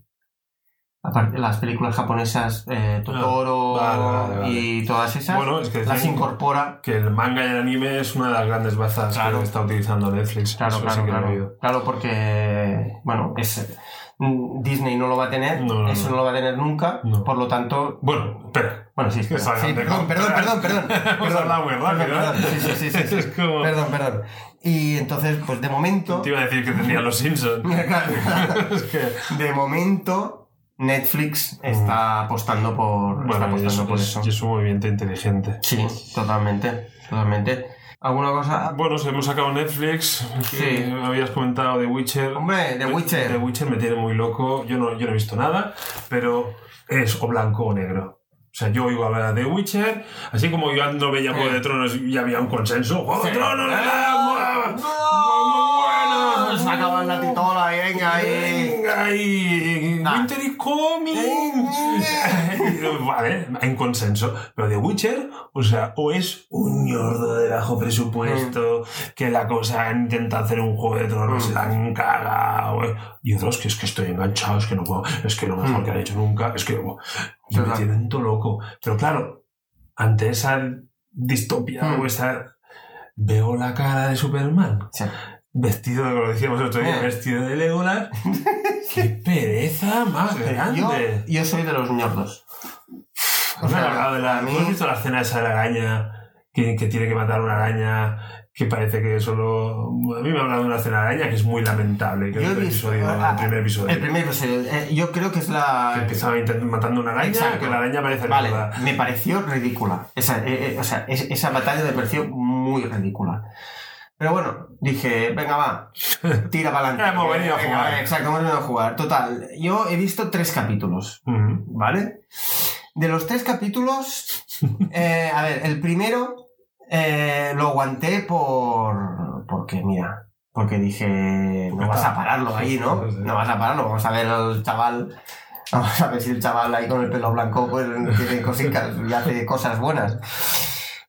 [SPEAKER 2] Aparte, Las películas japonesas eh, Totoro
[SPEAKER 1] Ah, vale, vale, vale.
[SPEAKER 2] y todas esas,
[SPEAKER 1] Bueno, es que
[SPEAKER 2] las
[SPEAKER 1] decían
[SPEAKER 2] incorpora.
[SPEAKER 1] que el manga y el anime es una de las grandes bazas
[SPEAKER 2] Claro.
[SPEAKER 1] que está utilizando Netflix.
[SPEAKER 2] Claro,
[SPEAKER 1] Eso sí
[SPEAKER 2] claro,
[SPEAKER 1] que lo he
[SPEAKER 2] claro.
[SPEAKER 1] oído.
[SPEAKER 2] Claro, porque, bueno, es, mm, Disney no lo va a tener,
[SPEAKER 1] No, no, no.
[SPEAKER 2] eso no. lo va a tener nunca,
[SPEAKER 1] No.
[SPEAKER 2] por lo tanto,
[SPEAKER 1] Bueno, espera.
[SPEAKER 2] bueno, sí,
[SPEAKER 1] Es que
[SPEAKER 2] espera.
[SPEAKER 1] salgan
[SPEAKER 2] Sí,
[SPEAKER 1] de
[SPEAKER 2] perdón, perdón,
[SPEAKER 1] compras.
[SPEAKER 2] perdón, perdón,
[SPEAKER 1] Hemos
[SPEAKER 2] perdón.
[SPEAKER 1] hablado muy rápido,
[SPEAKER 2] Perdón,
[SPEAKER 1] ¿eh?
[SPEAKER 2] perdón. Sí, sí, sí, sí,
[SPEAKER 1] Es como...
[SPEAKER 2] Perdón, perdón. Y entonces, pues de momento,
[SPEAKER 1] Te iba a decir que tenía los Simpsons. es que...
[SPEAKER 2] de momento, Netflix está apostando por, está
[SPEAKER 1] Bueno, y
[SPEAKER 2] apostando
[SPEAKER 1] eso,
[SPEAKER 2] por
[SPEAKER 1] es-
[SPEAKER 2] eso.
[SPEAKER 1] y es un movimiento inteligente.
[SPEAKER 2] Sí, totalmente, totalmente. ¿Alguna cosa?
[SPEAKER 1] Bueno, se hemos sacado Netflix. que
[SPEAKER 2] Ah. Sí.
[SPEAKER 1] Habías comentado The Witcher.
[SPEAKER 2] Hombre, The
[SPEAKER 1] The
[SPEAKER 2] Witcher.
[SPEAKER 1] Witcher me tiene muy loco. Yo no, yo no he visto nada, pero es o blanco o negro. O sea, yo oigo hablar de The Witcher, así como yo no veía Juego
[SPEAKER 2] Sí.
[SPEAKER 1] de Tronos y había un consenso. ¡Juego de
[SPEAKER 2] Sí.
[SPEAKER 1] Tronos! ¡ah!
[SPEAKER 2] ¡No!
[SPEAKER 1] ¡Muy bueno!
[SPEAKER 2] Se acaban la titola, venga, ahí.
[SPEAKER 1] Venga, y-
[SPEAKER 2] Ah.
[SPEAKER 1] Winter is coming. vale, hay un consenso. Pero The Witcher, o sea, o es un ñordo de bajo presupuesto que la cosa intenta hacer un juego de tronos y
[SPEAKER 2] Mm.
[SPEAKER 1] la han cagado. Y otros que es que estoy enganchado, es que no puedo, es que lo mejor
[SPEAKER 2] Mm.
[SPEAKER 1] que han hecho nunca, es que y me
[SPEAKER 2] Total.
[SPEAKER 1] tienen todo loco. Pero claro, ante esa distopia
[SPEAKER 2] Mm.
[SPEAKER 1] o esa. Veo la cara de Superman
[SPEAKER 2] Sí.
[SPEAKER 1] vestido, como decíamos el otro día,
[SPEAKER 2] Eh.
[SPEAKER 1] vestido de Legolas. ¡Qué pereza más
[SPEAKER 2] Yo,
[SPEAKER 1] grande!
[SPEAKER 2] yo soy de los ñordos.
[SPEAKER 1] No me han hablado de la-
[SPEAKER 2] a mí-
[SPEAKER 1] ¿Tú has visto la escena esa de la araña que, que tiene que matar a una araña? Que parece que solo. A mí me ha hablado de una escena de araña que es muy lamentable. Que
[SPEAKER 2] Yo
[SPEAKER 1] es
[SPEAKER 2] he
[SPEAKER 1] el,
[SPEAKER 2] visto-
[SPEAKER 1] episodio,
[SPEAKER 2] ah,
[SPEAKER 1] el primer episodio.
[SPEAKER 2] El primer episodio, eh, yo creo que es la.
[SPEAKER 1] Que empezaba intent- matando una araña,
[SPEAKER 2] Exacto.
[SPEAKER 1] que la araña parece
[SPEAKER 2] Vale,
[SPEAKER 1] Legolas.
[SPEAKER 2] me pareció ridícula. Esa, eh, eh, o sea, es- esa batalla me pareció muy ridícula. Pero bueno, dije, venga, va, tira para adelante.
[SPEAKER 1] Hemos venido a jugar.
[SPEAKER 2] Exacto, hemos venido a jugar. Total, yo he visto tres capítulos,
[SPEAKER 1] Mm.
[SPEAKER 2] ¿vale? De los tres capítulos, eh, a ver, el primero eh, lo aguanté por. Porque, mira, porque dije, no vas a pararlo ahí, ¿no? No vas a pararlo, vamos a ver al chaval. Vamos a ver si el chaval ahí con el pelo blanco pues, tiene cositas y hace cosas buenas.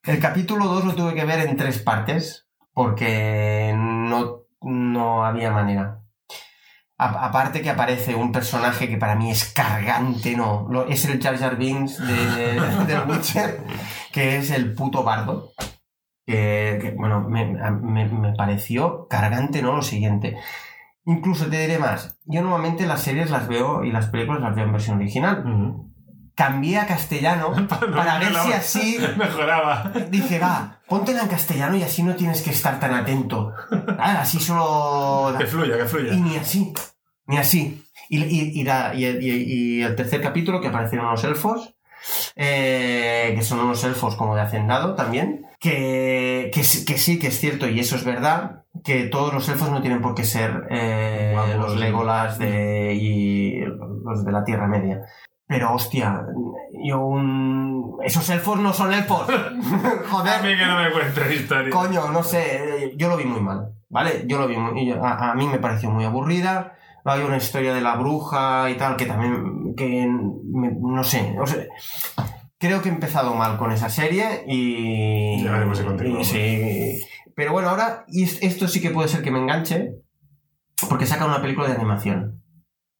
[SPEAKER 2] El capítulo 2 lo tuve que ver en tres partes porque no, no había manera. A- aparte que aparece un personaje que para mí es cargante, no. Lo- es el Jar Jar Binks de, del Witcher, que es el puto bardo. Que, que, bueno, me, a- me- me pareció cargante, ¿no? Lo siguiente. Incluso te diré más. Yo normalmente las series las veo y las películas las veo en versión original.
[SPEAKER 1] Mm.
[SPEAKER 2] Cambié a castellano para ver si así
[SPEAKER 1] Mejoraba.
[SPEAKER 2] Dije, va, póntela en castellano y así no tienes que estar tan atento. Ah, así solo...
[SPEAKER 1] Que fluya, que fluya.
[SPEAKER 2] Y ni así, ni así. Y, y- y la- y el, y- y el tercer capítulo, que aparecieron unos elfos, eh, que son unos elfos como de hacendado también, que, que, sí- que sí, que es cierto, y eso es verdad, que todos los elfos no tienen por qué ser eh,
[SPEAKER 1] Guapos,
[SPEAKER 2] los
[SPEAKER 1] sí.
[SPEAKER 2] Legolas de, y los de la Tierra Media. Pero hostia, yo un... Esos elfos no son elfos.
[SPEAKER 1] A mí
[SPEAKER 2] Joder.
[SPEAKER 1] que no me cuentes historia.
[SPEAKER 2] Coño, no sé, eh, yo lo vi muy mal, ¿vale? Yo lo vi muy, yo- a, a mí me pareció muy aburrida. Hay una historia de la bruja y tal que también, que me- no sé, o sea, creo que he empezado mal con esa serie y...
[SPEAKER 1] Ya veremos si continuamos.
[SPEAKER 2] y sí. pero bueno, ahora y es- esto sí que puede ser que me enganche porque saca una película de animación.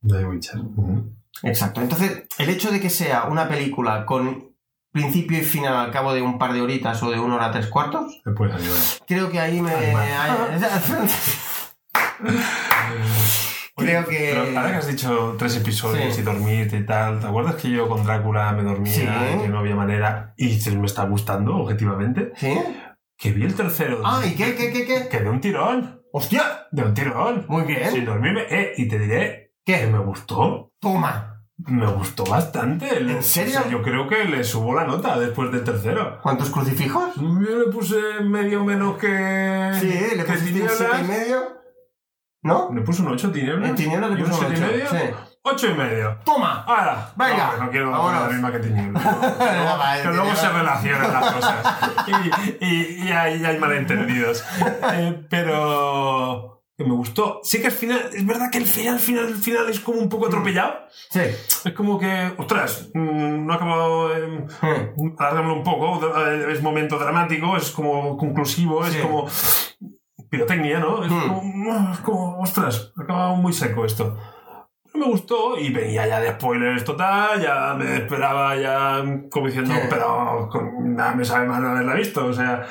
[SPEAKER 1] The Witcher. Mm.
[SPEAKER 2] Exacto. Entonces, el hecho de que sea una película con principio y final al cabo de un par de horitas o de una hora tres cuartos,
[SPEAKER 1] Te puedes ayudar.
[SPEAKER 2] Creo que ahí me.
[SPEAKER 1] Alma.
[SPEAKER 2] Creo
[SPEAKER 1] Pues,
[SPEAKER 2] que-
[SPEAKER 1] Pero ahora que has dicho tres episodios
[SPEAKER 2] Sí.
[SPEAKER 1] y dormirte y tal, ¿te acuerdas que yo con Drácula me dormía
[SPEAKER 2] Sí.
[SPEAKER 1] y que no había manera y se me está gustando, objetivamente?
[SPEAKER 2] ¿Sí?
[SPEAKER 1] Que vi el tercero.
[SPEAKER 2] Ah, ¿y qué, qué, qué, qué?
[SPEAKER 1] Que de un tirón.
[SPEAKER 2] ¡Hostia!
[SPEAKER 1] De un tirón.
[SPEAKER 2] Muy bien.
[SPEAKER 1] Sin dormirme. Eh, y te diré que
[SPEAKER 2] ¿Qué?
[SPEAKER 1] me gustó.
[SPEAKER 2] Toma.
[SPEAKER 1] Me gustó bastante.
[SPEAKER 2] ¿En serio?
[SPEAKER 1] O sea, yo creo que le subo la nota después del tercero.
[SPEAKER 2] ¿Cuántos crucifijos?
[SPEAKER 1] Yo le puse medio menos que.
[SPEAKER 2] Sí, ¿eh? le
[SPEAKER 1] que
[SPEAKER 2] pusiste un
[SPEAKER 1] Tinieblas.
[SPEAKER 2] 7 y medio. ¿No?
[SPEAKER 1] Le puse un 8 tinieblas.
[SPEAKER 2] En Tinieblas le
[SPEAKER 1] ¿Y un
[SPEAKER 2] puse un
[SPEAKER 1] siete y
[SPEAKER 2] ocho,
[SPEAKER 1] medio?
[SPEAKER 2] sí.
[SPEAKER 1] Ocho y medio.
[SPEAKER 2] ¡Toma!
[SPEAKER 1] ¡Hala!
[SPEAKER 2] Venga,
[SPEAKER 1] No, pues no quiero
[SPEAKER 2] vámonos.
[SPEAKER 1] la misma que tinieblas. No,
[SPEAKER 2] va,
[SPEAKER 1] que luego
[SPEAKER 2] tinieblas.
[SPEAKER 1] se relacionan las cosas. Y, y- y hay, y hay malentendidos. Eh, pero. Que me gustó. Sí que al final. Es verdad que el final, final, final es como un poco atropellado.
[SPEAKER 2] Sí.
[SPEAKER 1] Es como que. Ostras, mm, no ha acabado. em,
[SPEAKER 2] Hmm.
[SPEAKER 1] alargarlo un poco, eh, es momento dramático, es como conclusivo,
[SPEAKER 2] Sí.
[SPEAKER 1] es como pirotecnia, ¿no? Es,
[SPEAKER 2] Hmm.
[SPEAKER 1] como, es como, ostras, ha acabado muy seco esto. Pero me gustó y venía ya de spoilers total, ya me esperaba ya como diciendo,
[SPEAKER 2] Sí.
[SPEAKER 1] pero con- nada me sabe mal no haberla visto, o sea...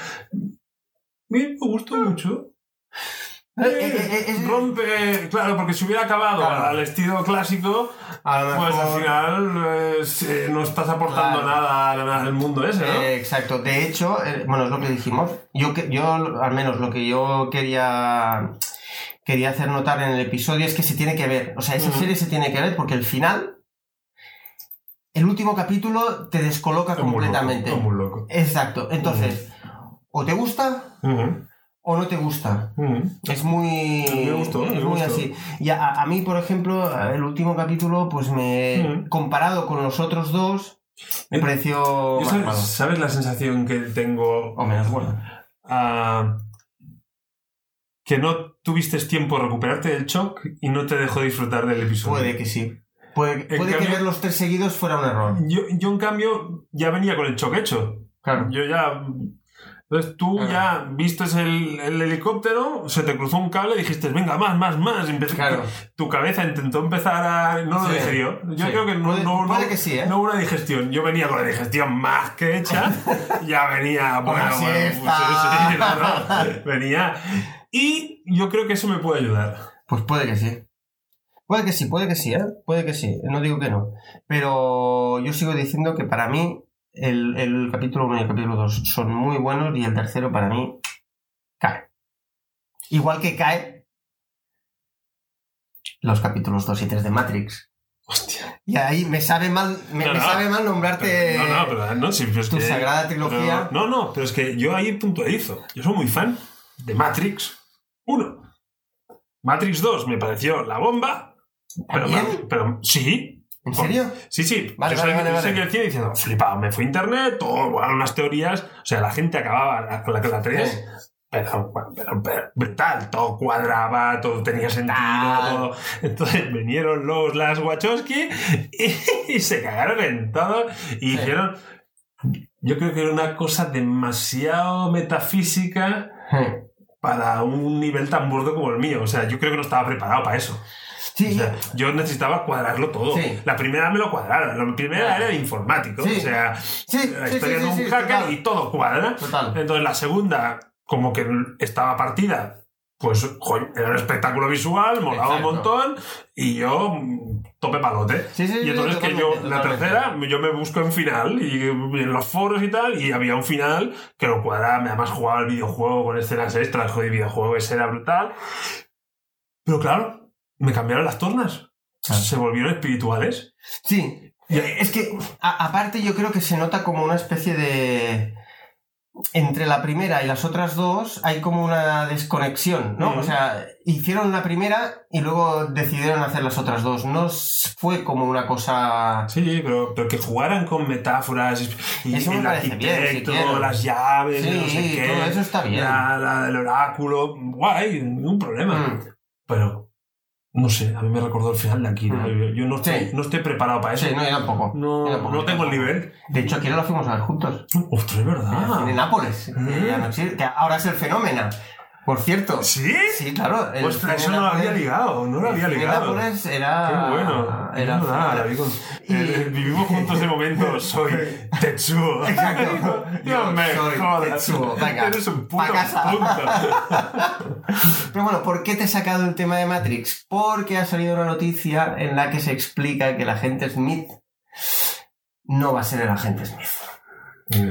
[SPEAKER 1] Bien, me gustó mucho.
[SPEAKER 2] Hmm. Eh, eh, eh, eh,
[SPEAKER 1] Rompe, claro, porque si hubiera acabado
[SPEAKER 2] Claro.
[SPEAKER 1] al estilo clásico,
[SPEAKER 2] A lo
[SPEAKER 1] pues
[SPEAKER 2] mejor-
[SPEAKER 1] al final eh, sí, no estás aportando
[SPEAKER 2] Claro.
[SPEAKER 1] nada al- al mundo ese, ¿no?
[SPEAKER 2] Eh, exacto. De hecho, eh, bueno, es lo que dijimos. Yo, que- yo, al menos lo que yo quería, quería hacer notar en el episodio es que se tiene que ver. O sea, esa
[SPEAKER 1] Ujú.
[SPEAKER 2] serie se tiene que ver porque el final, el último capítulo, te descoloca
[SPEAKER 1] Es muy loco,
[SPEAKER 2] completamente.
[SPEAKER 1] es muy loco.
[SPEAKER 2] Exacto. Entonces, o te gusta
[SPEAKER 1] Ujú,
[SPEAKER 2] o no te gusta.
[SPEAKER 1] ujú.
[SPEAKER 2] Es muy.
[SPEAKER 1] Me gustó,
[SPEAKER 2] es
[SPEAKER 1] me
[SPEAKER 2] muy
[SPEAKER 1] gustó.
[SPEAKER 2] así. Y a, a mí, por ejemplo, el último capítulo, pues me.
[SPEAKER 1] Ujú.
[SPEAKER 2] Comparado con los otros dos, me
[SPEAKER 1] Eh,
[SPEAKER 2] pareció.
[SPEAKER 1] Yo
[SPEAKER 2] más
[SPEAKER 1] sabes,
[SPEAKER 2] malo.
[SPEAKER 1] sabes la sensación que tengo?
[SPEAKER 2] O menos bueno.
[SPEAKER 1] Ah, que no tuviste tiempo de recuperarte del shock y no te dejó disfrutar del episodio.
[SPEAKER 2] Puede que sí. Puede,
[SPEAKER 1] En
[SPEAKER 2] puede que
[SPEAKER 1] cambio-
[SPEAKER 2] ver los tres seguidos fuera un error.
[SPEAKER 1] Yo, yo, en cambio, ya venía con el shock hecho.
[SPEAKER 2] Claro.
[SPEAKER 1] Yo ya. Entonces tú
[SPEAKER 2] Claro.
[SPEAKER 1] ya viste el, el helicóptero, se te cruzó un cable y dijiste, venga, más, más, más. y empecé-
[SPEAKER 2] Claro.
[SPEAKER 1] Tu cabeza intentó empezar a. No lo
[SPEAKER 2] Sí.
[SPEAKER 1] digerió. Yo
[SPEAKER 2] Sí.
[SPEAKER 1] creo que no,
[SPEAKER 2] Puede-
[SPEAKER 1] no,
[SPEAKER 2] puede
[SPEAKER 1] no-
[SPEAKER 2] que sí, ¿eh?
[SPEAKER 1] no hubo una digestión. Yo venía con la digestión más que hecha. ya venía.
[SPEAKER 2] Con
[SPEAKER 1] Bueno,
[SPEAKER 2] la
[SPEAKER 1] bueno, pues,
[SPEAKER 2] siesta.
[SPEAKER 1] sí, sí, no, no, Venía. Y yo creo que eso me puede ayudar.
[SPEAKER 2] Pues puede que sí. Puede que sí, puede que sí, ¿eh? Puede que sí. No digo que no. Pero yo sigo diciendo que para mí el, el capítulo 1 y el capítulo 2 son muy buenos y el tercero para mí cae. Igual que cae los capítulos 2 y 3 de Matrix.
[SPEAKER 1] Hostia.
[SPEAKER 2] Y ahí me sabe mal, me,
[SPEAKER 1] No,
[SPEAKER 2] me
[SPEAKER 1] no.
[SPEAKER 2] sabe mal nombrarte
[SPEAKER 1] no, no, pero no, sí, pero es
[SPEAKER 2] tu
[SPEAKER 1] que-
[SPEAKER 2] sagrada
[SPEAKER 1] pero-
[SPEAKER 2] trilogía.
[SPEAKER 1] no, no, pero es que yo ahí puntualizo. Yo soy muy fan de Matrix 1. Matrix 2 me pareció la bomba. Pero,
[SPEAKER 2] ¿También?
[SPEAKER 1] pero sí,
[SPEAKER 2] ¿En serio?
[SPEAKER 1] Sí, sí.
[SPEAKER 2] Vale,
[SPEAKER 1] yo
[SPEAKER 2] vale,
[SPEAKER 1] soy-
[SPEAKER 2] vale,
[SPEAKER 1] yo
[SPEAKER 2] vale.
[SPEAKER 1] sé que el cine diciendo, flipado, me fui a internet, todo, bueno, unas teorías. O sea, la gente acababa la- con la, con la 3.
[SPEAKER 2] Sí.
[SPEAKER 1] Pero, bueno, pero- pero brutal, todo cuadraba, todo tenía sentido,
[SPEAKER 2] Tal.
[SPEAKER 1] todo. Entonces vinieron los las Wachowski y, y se cagaron en todo y
[SPEAKER 2] Sí.
[SPEAKER 1] hicieron. Yo creo que era una cosa demasiado metafísica para un nivel tan burdo como el mío. O sea, yo creo que no estaba preparado para eso. O
[SPEAKER 2] Sí,
[SPEAKER 1] sea, yo necesitaba cuadrarlo todo.
[SPEAKER 2] Sí.
[SPEAKER 1] La primera me lo cuadraron. La primera
[SPEAKER 2] Claro.
[SPEAKER 1] era de informático.
[SPEAKER 2] Sí.
[SPEAKER 1] O sea,
[SPEAKER 2] sí, sí,
[SPEAKER 1] la
[SPEAKER 2] sí,
[SPEAKER 1] historia
[SPEAKER 2] sí,
[SPEAKER 1] de un
[SPEAKER 2] sí,
[SPEAKER 1] hacker
[SPEAKER 2] total.
[SPEAKER 1] y todo cuadra.
[SPEAKER 2] Total.
[SPEAKER 1] Entonces la segunda, como que estaba partida, pues joder, era un espectáculo visual, molaba
[SPEAKER 2] Exacto.
[SPEAKER 1] un montón y yo mm, tope palote.
[SPEAKER 2] Sí, sí, sí,
[SPEAKER 1] Y entonces que yo,
[SPEAKER 2] totalmente,
[SPEAKER 1] la
[SPEAKER 2] totalmente.
[SPEAKER 1] tercera, yo me busco en final y en los foros y tal, y había un final que lo cuadraba, me además jugaba el videojuego con escenas extras, joder, videojuego ese era brutal. Pero claro, me cambiaron las tornas.
[SPEAKER 2] Claro.
[SPEAKER 1] Se volvieron espirituales.
[SPEAKER 2] Sí. Eh,
[SPEAKER 1] Ya.
[SPEAKER 2] Es que, a- aparte, yo creo que se nota como una especie de. Entre la primera y las otras dos hay como una desconexión, ¿no?
[SPEAKER 1] Ujú.
[SPEAKER 2] O sea, hicieron la primera y luego decidieron hacer las otras dos. No s- fue como una cosa.
[SPEAKER 1] Sí, pero, pero que jugaran con metáforas y,
[SPEAKER 2] Eso me
[SPEAKER 1] el
[SPEAKER 2] parece bien, si
[SPEAKER 1] arquitecto,
[SPEAKER 2] quieren.
[SPEAKER 1] las llaves,
[SPEAKER 2] Sí,
[SPEAKER 1] no sé qué.
[SPEAKER 2] todo eso está bien.
[SPEAKER 1] La, la del oráculo, guay, ningún problema.
[SPEAKER 2] Mm.
[SPEAKER 1] Pero, no sé, a mí me recordó el final de Akira.
[SPEAKER 2] Mm.
[SPEAKER 1] Yo, yo no, estoy,
[SPEAKER 2] Sí.
[SPEAKER 1] no estoy preparado para eso. Mm.
[SPEAKER 2] Sí, no, yo tampoco.
[SPEAKER 1] no,
[SPEAKER 2] yo tampoco,
[SPEAKER 1] no
[SPEAKER 2] yo
[SPEAKER 1] tengo el
[SPEAKER 2] tampoco.
[SPEAKER 1] nivel.
[SPEAKER 2] De hecho, aquí no lo fuimos a ver juntos.
[SPEAKER 1] Ostras, es
[SPEAKER 2] En el
[SPEAKER 1] verdad.
[SPEAKER 2] Nápoles. que
[SPEAKER 1] Ah. Mm.
[SPEAKER 2] ya no existe, que ahora es el fenómeno. Por cierto.
[SPEAKER 1] ¿Sí?
[SPEAKER 2] Sí, claro. el
[SPEAKER 1] Ostras, eso
[SPEAKER 2] cine
[SPEAKER 1] no lo había
[SPEAKER 2] Nápoles-
[SPEAKER 1] ligado, no lo había
[SPEAKER 2] el cine
[SPEAKER 1] ligado.
[SPEAKER 2] Nápoles era.
[SPEAKER 1] Qué bueno.
[SPEAKER 2] Ah, Era
[SPEAKER 1] Es verdad, la vi con-
[SPEAKER 2] Y-
[SPEAKER 1] Eh, eh, vivimos juntos de momento. Soy Tetsuo.
[SPEAKER 2] Exacto. Yo
[SPEAKER 1] Dios me
[SPEAKER 2] soy
[SPEAKER 1] jodas.
[SPEAKER 2] Tetsuo. Venga,
[SPEAKER 1] Eres un
[SPEAKER 2] pa'
[SPEAKER 1] puto
[SPEAKER 2] casa.
[SPEAKER 1] punto.
[SPEAKER 2] Pero bueno, ¿por qué te he sacado el tema de Matrix? Porque ha salido una noticia en la que se explica que el agente Smith no va a ser el agente Smith.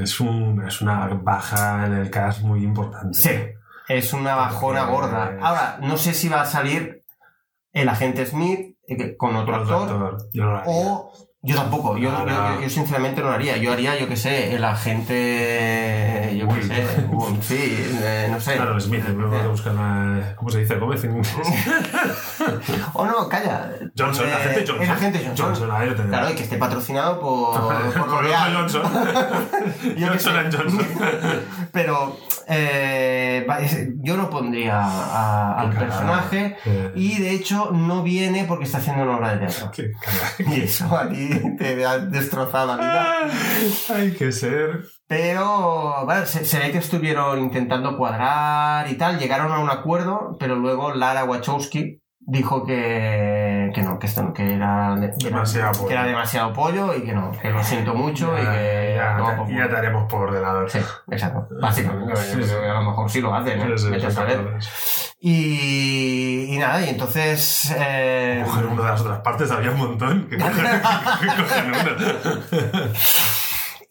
[SPEAKER 1] Es, un- es una baja en el cast muy importante.
[SPEAKER 2] Sí,
[SPEAKER 1] Pues
[SPEAKER 2] es una bajona gorda. Ahora, no sé si va a salir el agente Smith, eh, con otro
[SPEAKER 1] Con
[SPEAKER 2] actor.
[SPEAKER 1] Yo no lo haría.
[SPEAKER 2] O yo tampoco, yo,
[SPEAKER 1] No,
[SPEAKER 2] yo-
[SPEAKER 1] no.
[SPEAKER 2] yo- yo sinceramente no lo haría. Yo haría, yo qué sé, el agente. Yo qué
[SPEAKER 1] Will.
[SPEAKER 2] sé, Will, sí, eh, no sé.
[SPEAKER 1] Claro, Smith, luego hay que buscar la... ¿Cómo se dice? Gómez en inglés.
[SPEAKER 2] O no, calla.
[SPEAKER 1] Johnson,
[SPEAKER 2] Eh,
[SPEAKER 1] la gente Johnson.
[SPEAKER 2] El agente Johnson.
[SPEAKER 1] Johnson, ahí lo tenemos.
[SPEAKER 2] Claro, y que esté patrocinado por, por
[SPEAKER 1] Por
[SPEAKER 2] L'Oreal.
[SPEAKER 1] Emma Johnson.
[SPEAKER 2] Yo qué
[SPEAKER 1] Johnson
[SPEAKER 2] sé.
[SPEAKER 1] and Johnson.
[SPEAKER 2] Pero eh, va- es- yo no pondría a- al
[SPEAKER 1] Claro.
[SPEAKER 2] personaje
[SPEAKER 1] Eh.
[SPEAKER 2] y de hecho no viene porque está haciendo una obra de teatro.
[SPEAKER 1] Qué cara.
[SPEAKER 2] Y eso a ti te ha destrozado la vida.
[SPEAKER 1] Hay que ser.
[SPEAKER 2] Pero bueno, se, se ve que estuvieron intentando cuadrar y tal, llegaron a un acuerdo, pero luego Lara Wachowski dijo que, que no, que esto no, que era, que era-
[SPEAKER 1] Demasiado pollo.
[SPEAKER 2] que era demasiado pollo y que no, que lo siento mucho y que
[SPEAKER 1] ya,
[SPEAKER 2] no,
[SPEAKER 1] ya,
[SPEAKER 2] pues,
[SPEAKER 1] ya te haremos por ordenador.
[SPEAKER 2] Sí, exacto. Básicamente,
[SPEAKER 1] Sí,
[SPEAKER 2] yo
[SPEAKER 1] sí.
[SPEAKER 2] creo que a lo mejor sí lo hacen, ¿eh?
[SPEAKER 1] Sí, sí,
[SPEAKER 2] Vete a
[SPEAKER 1] sí,
[SPEAKER 2] saber.
[SPEAKER 1] cabrones.
[SPEAKER 2] Y, y nada, y entonces. eh,
[SPEAKER 1] Coger una de las otras partes había un montón. Que cogen, que cogen una.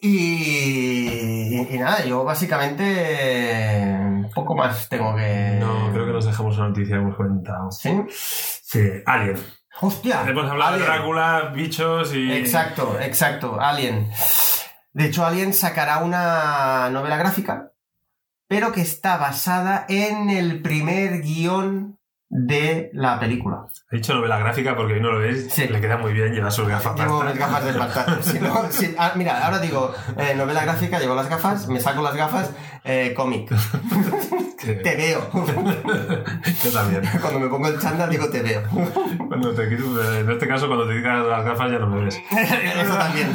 [SPEAKER 2] y, y nada, yo básicamente. eh, Poco más tengo que.
[SPEAKER 1] No, creo que nos dejamos una noticia que hemos comentado.
[SPEAKER 2] ¿Sí?
[SPEAKER 1] Sí, Alien.
[SPEAKER 2] ¡Hostia!
[SPEAKER 1] Hemos hablado
[SPEAKER 2] Alien.
[SPEAKER 1] de Drácula, bichos y.
[SPEAKER 2] Exacto, exacto, Alien. De hecho, Alien sacará una novela gráfica, pero que está basada en el primer guión de la película.
[SPEAKER 1] He dicho novela gráfica porque hoy no lo veis.
[SPEAKER 2] Sí.
[SPEAKER 1] Le queda muy bien llevar sus gafas.
[SPEAKER 2] Llevo
[SPEAKER 1] pasta.
[SPEAKER 2] mis gafas de pantalla. Si no- si- ah, mira, ahora digo, eh, novela gráfica, llevo las gafas, me saco las gafas, eh, cómic, te
[SPEAKER 1] Que-
[SPEAKER 2] veo.
[SPEAKER 1] Yo también.
[SPEAKER 2] Cuando me pongo el chándal digo te veo.
[SPEAKER 1] Cuando te quito- en este caso, cuando te quitas las gafas ya no me ves.
[SPEAKER 2] Eso también.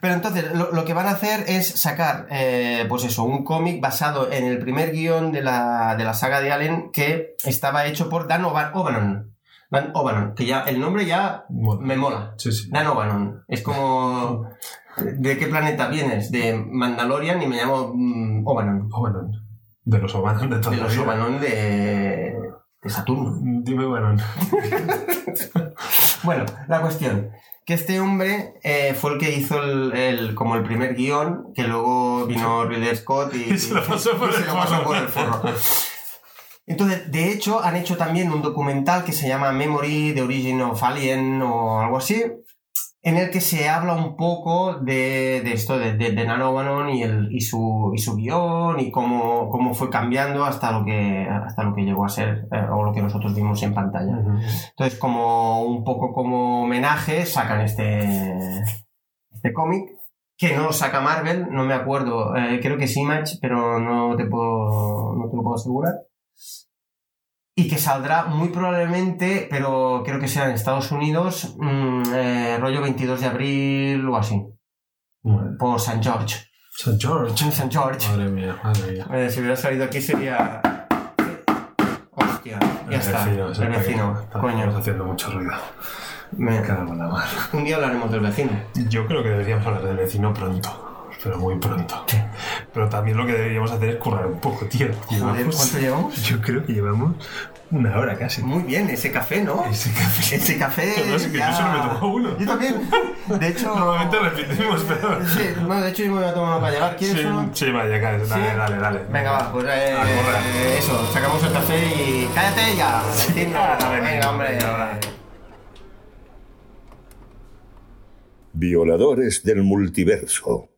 [SPEAKER 2] Pero entonces, lo, lo que van a hacer es sacar, eh, pues eso, un cómic basado en el primer guión de la, de la saga de Allen que estaba hecho por Dan Oba- O'Bannon. Dan O'Bannon, que ya el nombre ya
[SPEAKER 1] Bueno,
[SPEAKER 2] me mola.
[SPEAKER 1] sí, sí.
[SPEAKER 2] Dan O'Bannon. Es como... ¿De qué planeta vienes? De Mandalorian y me llamo mm, O'Bannon.
[SPEAKER 1] Obanon. De los Obanon de toda
[SPEAKER 2] De
[SPEAKER 1] la
[SPEAKER 2] los
[SPEAKER 1] vida.
[SPEAKER 2] O'Bannon de... de Saturno.
[SPEAKER 1] Dime Obanon.
[SPEAKER 2] Bueno, la cuestión. Que este hombre eh, fue el que hizo el, el- como el primer guión, que luego vino Ridley Scott y,
[SPEAKER 1] Y se lo pasó por
[SPEAKER 2] y se
[SPEAKER 1] el
[SPEAKER 2] lo pasó
[SPEAKER 1] forro.
[SPEAKER 2] por el forro. Entonces, de hecho, han hecho también un documental que se llama Memory, The Origin of Alien o algo así, en el que se habla un poco de, de esto, de, de, de Nan O'Bannon y, el, y, su, y su guión y cómo, cómo fue cambiando hasta lo que, hasta lo que llegó a ser eh, o lo que nosotros vimos en pantalla. Entonces, como un poco como homenaje, sacan este, este cómic, que no lo saca Marvel, no me acuerdo, eh, creo que es Image, pero no te, puedo, no te lo puedo asegurar. Y que saldrá muy probablemente, pero creo que será en Estados Unidos, mm, eh, rollo 22 de abril o así,
[SPEAKER 1] Bueno,
[SPEAKER 2] por San George.
[SPEAKER 1] San George.
[SPEAKER 2] San George.
[SPEAKER 1] Madre mía, madre mía.
[SPEAKER 2] Eh, si hubiera salido aquí sería... Hostia, ya
[SPEAKER 1] El
[SPEAKER 2] está.
[SPEAKER 1] vecino, es
[SPEAKER 2] el
[SPEAKER 1] que
[SPEAKER 2] vecino,
[SPEAKER 1] estamos
[SPEAKER 2] coño.
[SPEAKER 1] haciendo mucho ruido.
[SPEAKER 2] Me-
[SPEAKER 1] Me cago en la mar.
[SPEAKER 2] Un día hablaremos del vecino.
[SPEAKER 1] Yo creo que deberíamos hablar del vecino pronto. Pero muy pronto. Pero también lo que deberíamos hacer es currar un poco, tío.
[SPEAKER 2] Joder,
[SPEAKER 1] pues,
[SPEAKER 2] pues ¿cuánto llevamos?
[SPEAKER 1] Yo creo que llevamos una hora casi.
[SPEAKER 2] Muy bien, ese café, ¿no?
[SPEAKER 1] Ese café.
[SPEAKER 2] Ese café.
[SPEAKER 1] Pero no, es que
[SPEAKER 2] ya-
[SPEAKER 1] yo solo me tomo uno.
[SPEAKER 2] Yo también. De hecho.
[SPEAKER 1] Normalmente repetimos, pero-
[SPEAKER 2] Sí, bueno, de hecho yo me voy a tomar uno para llevar. ¿Quieres
[SPEAKER 1] Sí, Ah,
[SPEAKER 2] uno?
[SPEAKER 1] sí, vaya, dale,
[SPEAKER 2] Sí.
[SPEAKER 1] dale, dale.
[SPEAKER 2] Venga, va, pues eh,
[SPEAKER 1] A correr.
[SPEAKER 2] eso, sacamos el café y. ¡Cállate ya! Valentín!
[SPEAKER 1] ahora venimos,
[SPEAKER 2] venga, hombre.
[SPEAKER 1] ahora.
[SPEAKER 3] Violadores del multiverso.